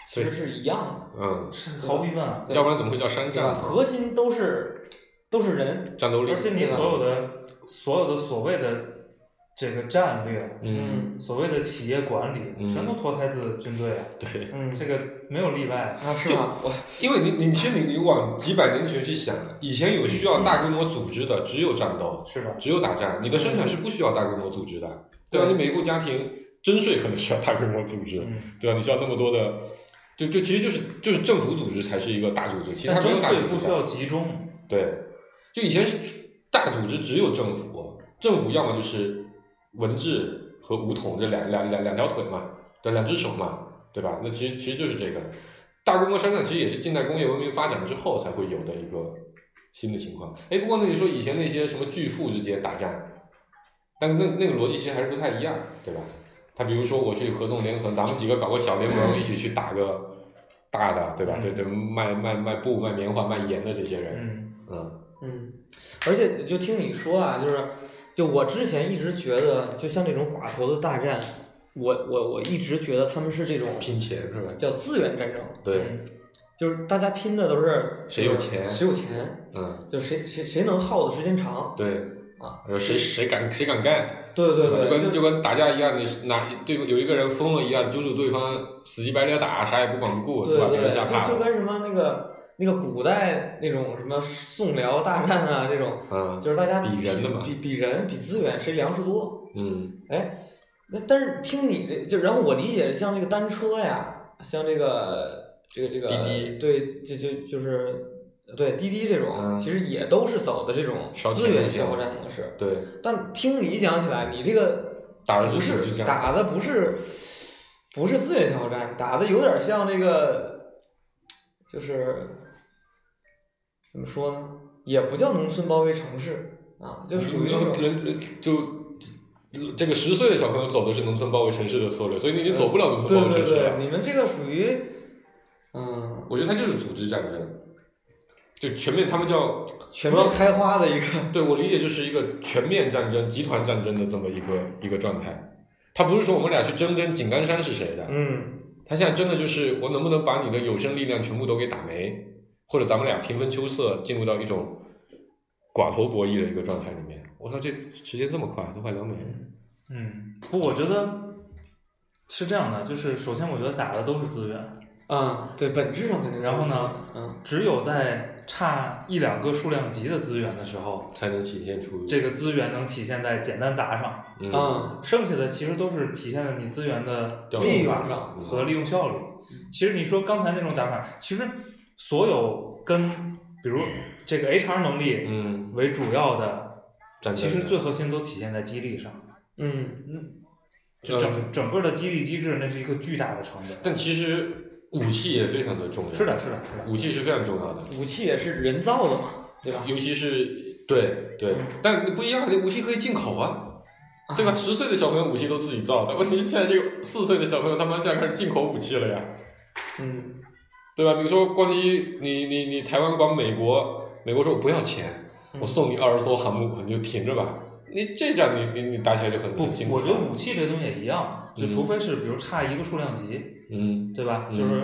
Speaker 2: 其实是一样
Speaker 4: 嗯，
Speaker 3: 是毫无疑问啊
Speaker 2: 的，，对
Speaker 4: 要不然怎么会叫山
Speaker 2: 对吧？
Speaker 4: 战？
Speaker 2: 核心都是都是人，
Speaker 4: 战斗力
Speaker 3: 而，且你所有的所有的所谓的这个战略，
Speaker 4: 嗯，
Speaker 3: 所谓的企业管理，
Speaker 4: 嗯
Speaker 3: 全都脱胎自军队啊，
Speaker 4: 对，
Speaker 2: 嗯，
Speaker 3: 这个没有例外。
Speaker 2: 啊是吗？ 我
Speaker 4: 因为你你其实你你往几百年前去想，以前有需要大规模组织的只有战斗，
Speaker 3: 是的，
Speaker 4: 只有打仗，你的生产是不需要大规模组织的，对吧？
Speaker 2: 对
Speaker 4: 你每一户家庭征税可能需要大规模组织，
Speaker 3: 嗯，
Speaker 4: 对吧？你需要那么多的，就就其实就是就是政府组织才是一个大组织，其他
Speaker 3: 但
Speaker 4: 没有
Speaker 3: 征
Speaker 4: 大组
Speaker 3: 税
Speaker 4: 织
Speaker 3: 不需
Speaker 4: 的
Speaker 3: 要集中，
Speaker 4: 对，就以前是大组织只有政府，政府要么就是文治和武统这两两两两条腿嘛，对，两只手嘛，对吧？那其实其实就是这个大规模商战，其实也是近代工业文明发展之后才会有的一个新的情况。哎，不过那你说以前那些什么巨富之间打仗，但那那个逻辑其实还是不太一样，对吧？他比如说我去合纵连横，咱们几个搞个小联盟，一起去打个大的，对吧？对对，卖卖卖布、卖棉花、卖盐的这些人，
Speaker 3: 嗯，
Speaker 4: 嗯
Speaker 2: 嗯，而且就听你说啊，就是就我之前一直觉得，就像这种寡头的大战，我我我一直觉得他们是这种
Speaker 4: 拼钱是吧？
Speaker 2: 叫资源战争，嗯
Speaker 4: 对，
Speaker 2: 就是大家拼的都是
Speaker 4: 谁有钱
Speaker 2: 谁有钱，
Speaker 4: 嗯，
Speaker 2: 就谁谁谁能耗的时间长。
Speaker 4: 对
Speaker 2: 啊，
Speaker 4: 呃谁谁敢谁敢干，
Speaker 2: 对对
Speaker 4: 就
Speaker 2: 对，
Speaker 4: 跟就跟打架一样，你哪对有一个人疯了一样，揪住对方死乞白赖打，啥也不管不顾，
Speaker 2: 对
Speaker 4: 把别
Speaker 2: 对，
Speaker 4: 人吓怕
Speaker 2: 就就
Speaker 4: 了。
Speaker 2: 跟什么那个那个古代那种什么宋辽大战啊这种，
Speaker 4: 嗯
Speaker 2: 就是大家
Speaker 4: 比人的嘛
Speaker 2: 比比人比资源，谁粮食多。
Speaker 4: 嗯
Speaker 2: 哎，那但是听你这就，然后我理解像这个单车呀，像这个这个这个
Speaker 4: 滴滴
Speaker 2: 对，就就就是。对滴滴这种，
Speaker 4: 嗯
Speaker 2: 其实也都是走的这种
Speaker 4: 烧钱
Speaker 2: 资源
Speaker 4: 那些
Speaker 2: 消耗战模式。
Speaker 4: 对，
Speaker 2: 但听你讲起来，你这个
Speaker 4: 打的是
Speaker 2: 不
Speaker 4: 组织
Speaker 2: 是
Speaker 4: 战
Speaker 2: 打的不是不是资源消耗战，打的有点像这个，就是怎么说呢，也不叫农村包围城市啊，就属于那种
Speaker 4: 人人就。这个十岁的小朋友走的是农村包围城市的策略，所以你已经走不了农村
Speaker 2: 对
Speaker 4: 包围
Speaker 2: 对
Speaker 4: 城市了。啊
Speaker 2: 对，你们这个属于嗯
Speaker 4: 我觉得他就是组织战争，就全面，他们叫
Speaker 2: 全面开花的一个，
Speaker 4: 对我理解就是一个全面战争、集团战争的这么一个一个状态。他不是说我们俩去争争井冈山是谁的，
Speaker 2: 嗯
Speaker 4: 他现在真的就是我能不能把你的有生力量全部都给打没，或者咱们俩平分秋色，进入到一种寡头博弈的一个状态里面。我操，这时间这么快，都快两百年。
Speaker 3: 嗯，不，我觉得是这样的，就是首先我觉得打的都是资源，
Speaker 2: 啊，对，本质上肯定
Speaker 3: 然后呢
Speaker 2: 都是，嗯
Speaker 3: 只有在差一两个数量级的资源的时候，
Speaker 4: 才能体现出
Speaker 3: 这个资源能体现在简单砸上，
Speaker 4: 嗯
Speaker 2: 啊，
Speaker 3: 剩下的其实都是体现在你资源的
Speaker 4: 调
Speaker 2: 利
Speaker 3: 用
Speaker 2: 用
Speaker 3: 法
Speaker 2: 上
Speaker 4: 嗯
Speaker 3: 和利用效率
Speaker 2: 嗯。
Speaker 3: 其实你说刚才那种打法，其实所有跟比如这个 HR 能力
Speaker 4: 嗯，
Speaker 3: 为主要的，
Speaker 4: 战争
Speaker 3: 其实最核心都体现在激励上。
Speaker 2: 嗯
Speaker 3: 就
Speaker 4: 嗯
Speaker 3: 整整个的激励机制，那是一个巨大的成本。
Speaker 4: 但其实武器也非常的重要。
Speaker 3: 是的，，是的，是的。
Speaker 4: 武器是非常重要的。
Speaker 2: 武器也是人造的嘛，对吧？
Speaker 4: 尤其是对对
Speaker 2: 嗯，
Speaker 4: 但不一样，你武器可以进口啊，对吧？十岁的小朋友武器都自己造的，问题是现在这个四岁的小朋友他妈现在开始进口武器了呀，
Speaker 2: 嗯
Speaker 4: 对吧？你说光机，你你你台湾管美国，美国说我不要钱，
Speaker 2: 嗯
Speaker 4: 我送你二十艘航母，你就停着吧。你这仗你你你打起来就很
Speaker 3: 不
Speaker 4: 很嗯辛，苦
Speaker 3: 我
Speaker 4: 了。
Speaker 3: 觉得武器这东西也一样，就
Speaker 4: 嗯
Speaker 3: 除非是比如差一个数量级，
Speaker 4: 嗯
Speaker 3: 对吧？
Speaker 4: 嗯
Speaker 3: 就是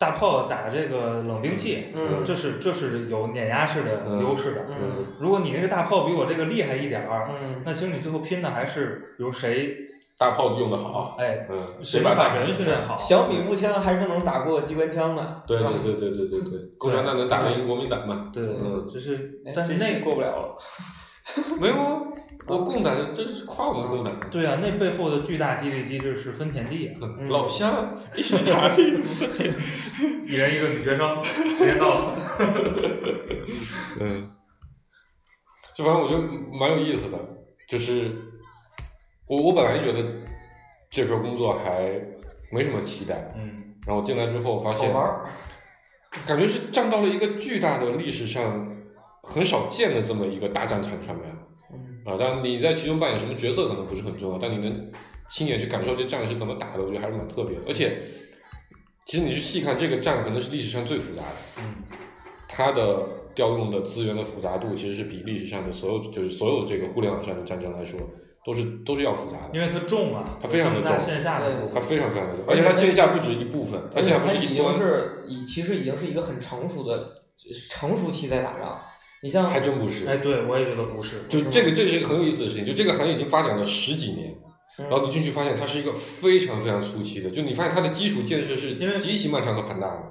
Speaker 3: 大炮打这个冷兵器，
Speaker 2: 嗯
Speaker 3: 这是这是有碾压式的
Speaker 4: 嗯
Speaker 3: 优势的。
Speaker 2: 嗯
Speaker 3: 如果你那个大炮比我这个厉害一点儿，
Speaker 2: 嗯
Speaker 3: 那其实你最后拼的还是比如谁，
Speaker 4: 大炮用的好，
Speaker 3: 哎，
Speaker 4: 嗯，谁
Speaker 3: 谁
Speaker 4: 把
Speaker 3: 把
Speaker 4: 大
Speaker 3: 人训练好，
Speaker 2: 小米步枪还是能打过机关枪的，
Speaker 4: 对
Speaker 2: 是吧？
Speaker 4: 对对对对对对，共产党能打得赢国民党吗？
Speaker 3: 对对
Speaker 4: 嗯
Speaker 3: 对，就是
Speaker 2: 哎，
Speaker 3: 但是
Speaker 2: 这期
Speaker 3: 那
Speaker 2: 过不了了。
Speaker 4: 没有啊，我共党真是夸我们共党，
Speaker 3: 对啊，那背后的巨大激励机制是分田地啊，
Speaker 4: 老乡一起查清楚分田地。
Speaker 3: 一人一个女学生，时间到了。
Speaker 4: 嗯，就反正我觉得蛮有意思的，就是我我本来觉得这份工作还没什么期待，
Speaker 3: 嗯
Speaker 4: 然后进来之后发
Speaker 2: 好
Speaker 4: 现
Speaker 2: 玩，儿，
Speaker 4: 感觉是站到了一个巨大的历史上很少见的这么一个大战场上面
Speaker 2: 嗯，
Speaker 4: 啊。但你在其中扮演什么角色可能不是很重要，但你能亲眼去感受这仗是怎么打的，我觉得还是蛮特别的。而且，其实你去细看这个战，可能是历史上最复杂的。
Speaker 3: 嗯
Speaker 4: 它的调用的资源的复杂度其实是比历史上的所有就是所有这个互联网上的战争来说，都是都是要复杂
Speaker 3: 因
Speaker 4: 的。
Speaker 3: 为它重啊，
Speaker 4: 它非常的
Speaker 3: 有这么大
Speaker 4: 重
Speaker 3: 线下的部
Speaker 4: 它
Speaker 3: 分，
Speaker 4: 非常非常的多，而且它线下不止一部分，它
Speaker 2: 而且
Speaker 4: 线下不
Speaker 2: 他
Speaker 4: 是
Speaker 2: 已
Speaker 4: 一
Speaker 2: 经
Speaker 4: 端，
Speaker 2: 是已其实已经是一个很成熟的成熟期在打仗。你像
Speaker 4: 还真不是。
Speaker 3: 哎，对我也觉得不是，
Speaker 4: 就这个，这是一个很有意思的事情。就这个行业已经发展了十几年，
Speaker 2: 嗯
Speaker 4: 然后你进去发现它是一个非常非常初期的，就你发现它的基础建设是
Speaker 3: 因为
Speaker 4: 极其漫长和庞大的，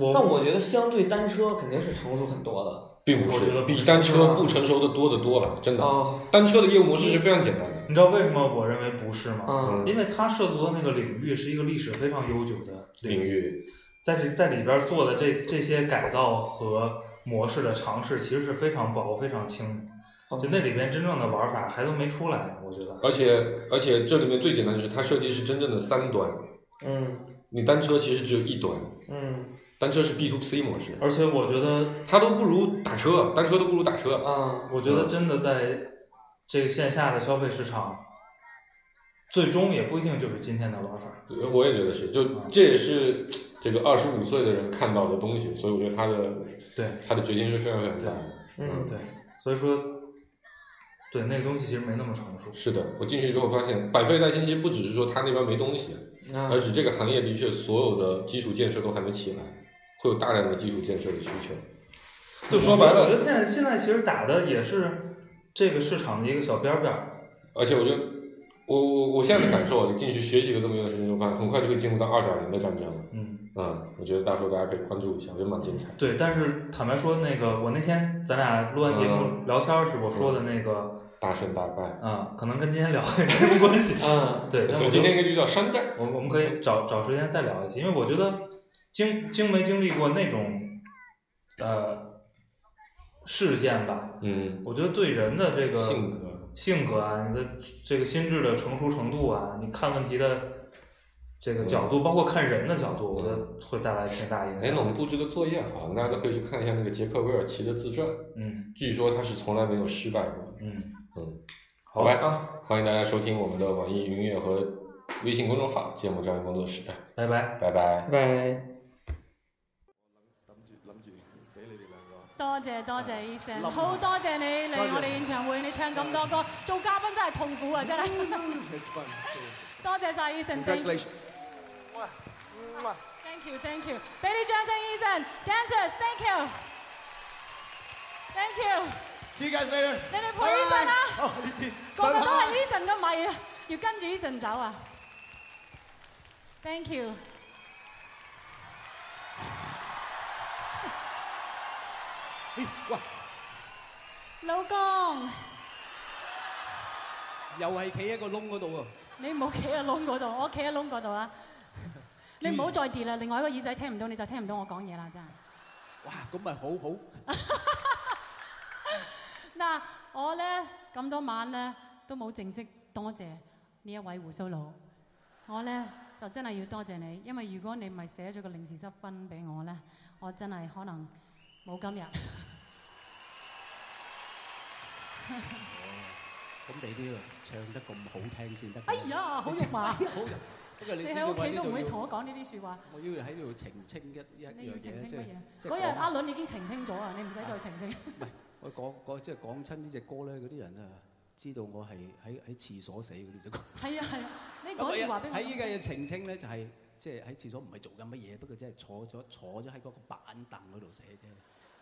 Speaker 3: 我
Speaker 2: 但我觉得相对单车肯定是成熟很多的
Speaker 4: 并不
Speaker 3: 我
Speaker 4: 是
Speaker 3: 觉得不是啊
Speaker 4: 比单车不成熟的多得多了，真的。
Speaker 2: 啊
Speaker 4: 单车的业务模式是非常简单的，
Speaker 3: 你知道为什么我认为不是吗？
Speaker 2: 啊
Speaker 4: 嗯
Speaker 3: 因为它涉足的那个领域是一个历史非常悠久的
Speaker 4: 领
Speaker 3: 域，
Speaker 4: 域
Speaker 3: 在这在里边儿做的这这些改造和模式的尝试，其实是非常薄、非常轻
Speaker 4: 哦
Speaker 3: 的，就那里边真正的玩法还都没出来，我觉得。
Speaker 4: 而且而且这里面最简单就是它设计是真正的三端，
Speaker 2: 嗯
Speaker 4: 你单车其实只有一端，
Speaker 2: 嗯
Speaker 4: 单车是 B to C 模式，
Speaker 3: 而且我觉得，
Speaker 4: 它都不如打车，单车都不如打车。
Speaker 2: 啊
Speaker 3: 我觉得真的在这个线下的消费市场，最终也不一定就是今天的玩法。
Speaker 4: 我也觉得是，就这也是这个二十五岁的人看到的东西，所以我觉得他的
Speaker 3: 对
Speaker 4: 他的决心是非常非常大的。
Speaker 2: 嗯
Speaker 3: 对，所以说，对那个东西其实没那么成熟。
Speaker 4: 是的，我进去之后发现，百废待兴其实不只是说他那边没东西，
Speaker 2: 啊
Speaker 4: 而且这个行业的确所有的基础建设都还没起来，会有大量的基础建设的需求。就说白
Speaker 3: 我觉得
Speaker 4: 了，
Speaker 3: 现在现在其实打的也是这个市场的一个小边儿边儿。
Speaker 4: 而且我觉得，我我我现在的感受，啊，进去学习了这么一段时间之后，发现很快就会进入到二点零的战争了。
Speaker 3: 嗯，
Speaker 4: 嗯，我觉得到时候大家可以关注一下，我觉得蛮精彩。
Speaker 3: 对。但是坦白说，那个我那天咱俩录完节
Speaker 4: 嗯
Speaker 3: 目聊天儿时，我说的那个，
Speaker 4: 大胜大败，
Speaker 3: 嗯，可能跟今天聊也没什么关系。
Speaker 2: 嗯
Speaker 3: 对，但
Speaker 4: 所
Speaker 3: 我
Speaker 4: 以
Speaker 3: 觉
Speaker 4: 今
Speaker 3: 得
Speaker 4: 天应该就叫山寨。
Speaker 3: 我我们可以找找时间再聊一期，因为我觉得经经没经历过那种呃事件吧，
Speaker 4: 嗯，
Speaker 3: 我觉得对人的这个
Speaker 4: 性格
Speaker 3: 性格啊，你的这个心智的成熟程度啊，你看问题的这
Speaker 4: 嗯
Speaker 3: 个角度，包括看人的角度，我觉得会带来挺大影
Speaker 4: 哎，那我们
Speaker 3: 响。
Speaker 4: 布置个作业好了，大家都可以去看一下那个杰克韦尔奇的自传，
Speaker 3: 嗯
Speaker 4: 据说他是从来没有失败过。
Speaker 3: 嗯，
Speaker 4: 嗯，
Speaker 3: 好
Speaker 4: 好吧，
Speaker 2: 啊
Speaker 4: 欢迎大家收听我们的网易云音乐和微信公众号“芥末章鱼工作室”，
Speaker 3: 拜拜。
Speaker 4: 拜拜
Speaker 2: 拜。拜。
Speaker 5: 多謝多謝醫生，好多謝你嚟我哋演唱會，你唱咁多歌，做嘉賓真係痛苦啊，真 係。多謝晒醫生，thank you，thank you，thank you，俾啲掌聲醫生，dancers，thank you，thank you，
Speaker 6: See you guys later.
Speaker 5: 你哋陪醫生啦，
Speaker 6: 哦，呢邊
Speaker 5: 個個都係醫生嘅迷啊，要跟住醫生走啊，thank you。
Speaker 6: 咦，喂，
Speaker 5: 老公，
Speaker 6: 又係企喺個窿嗰度
Speaker 5: 你唔好企喺窿嗰度，我企喺窿嗰度啊！你唔好再跌啦，另外一個耳仔聽唔到，你就聽唔到我講嘢啦，真係。
Speaker 6: 喎。哇，咁咪好好。
Speaker 5: 嗱，我咧咁多晚咧都冇正式多謝呢一位胡鬚佬，我咧就真係要多謝你，因為如果你唔係寫咗個零時失分俾我咧，我真係可能冇今日。
Speaker 6: 咁你都要唱得咁好聽先得㗎。
Speaker 5: 哎呀， 好肉麻！
Speaker 6: 好人，不過你
Speaker 5: 你
Speaker 6: 知
Speaker 5: 喺
Speaker 6: 唔知
Speaker 5: 屋
Speaker 6: 我
Speaker 5: 企
Speaker 6: 呢
Speaker 5: 都
Speaker 6: 度
Speaker 5: 唔會
Speaker 6: 要
Speaker 5: 同我講呢啲説話，
Speaker 6: 我要喺度澄清一一
Speaker 5: 你要
Speaker 6: 樣
Speaker 5: 澄
Speaker 6: 嘢，即
Speaker 5: 清乜
Speaker 6: 係
Speaker 5: 嘢？
Speaker 6: 即係
Speaker 5: 嗰日
Speaker 6: 講
Speaker 5: 阿倫已經澄清咗啊，你唔使再澄清。
Speaker 6: 我講講即係講親呢只歌咧，嗰啲人啊，知道我係喺喺廁所寫嗰啲歌。
Speaker 5: 係啊係啊，你
Speaker 6: 咁
Speaker 5: 嗰
Speaker 6: 我
Speaker 5: 時話俾我
Speaker 6: 喺依家
Speaker 5: 聽。
Speaker 6: 要澄清咧，就係即係喺廁所唔係做緊乜嘢，不過即係坐咗坐咗喺嗰個板凳嗰度寫啫。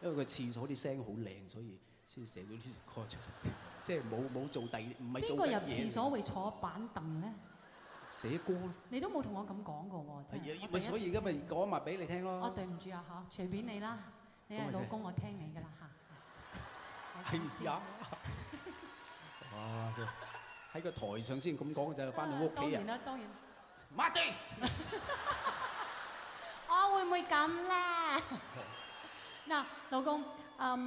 Speaker 6: 因為個廁所啲聲好靚，所以先寫咗呢隻歌出嚟，即係冇冇做第二唔係
Speaker 5: 邊
Speaker 6: 做
Speaker 5: 個入
Speaker 6: 緊嘢
Speaker 5: 廁所會坐板凳咧？
Speaker 6: 寫歌咯？
Speaker 5: 你都冇同我咁講過喎，真係
Speaker 6: 係啊，
Speaker 5: 我第
Speaker 6: 咪
Speaker 5: 一
Speaker 6: 所
Speaker 5: 次
Speaker 6: 以而家咪講埋俾你聽
Speaker 5: 我
Speaker 6: 咯。
Speaker 5: 對唔住啊嚇，隨便你啦，你
Speaker 6: 咁咪
Speaker 5: 係
Speaker 6: 就
Speaker 5: 老
Speaker 6: 係啊
Speaker 5: 公，我聽你噶啦嚇。我
Speaker 6: 係呀，哇！佢喺個台上先咁講就，翻到屋
Speaker 5: 當
Speaker 6: 企啊
Speaker 5: 然
Speaker 6: 人
Speaker 5: 啦，當然。
Speaker 6: 抹地。
Speaker 5: 我哦會唔會咁咧？ 嗱，老公，嗯，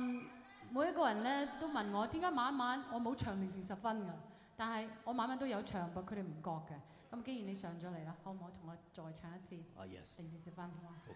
Speaker 5: 每一個人咧都問我點解晚晚我冇長零時十分㗎，但係我晚晚都有長，不過佢哋唔覺嘅。咁既然你上咗嚟啦，可唔可以同我再唱一次
Speaker 6: 啊，yes，OK，
Speaker 5: 零時十分好嗎？
Speaker 6: 好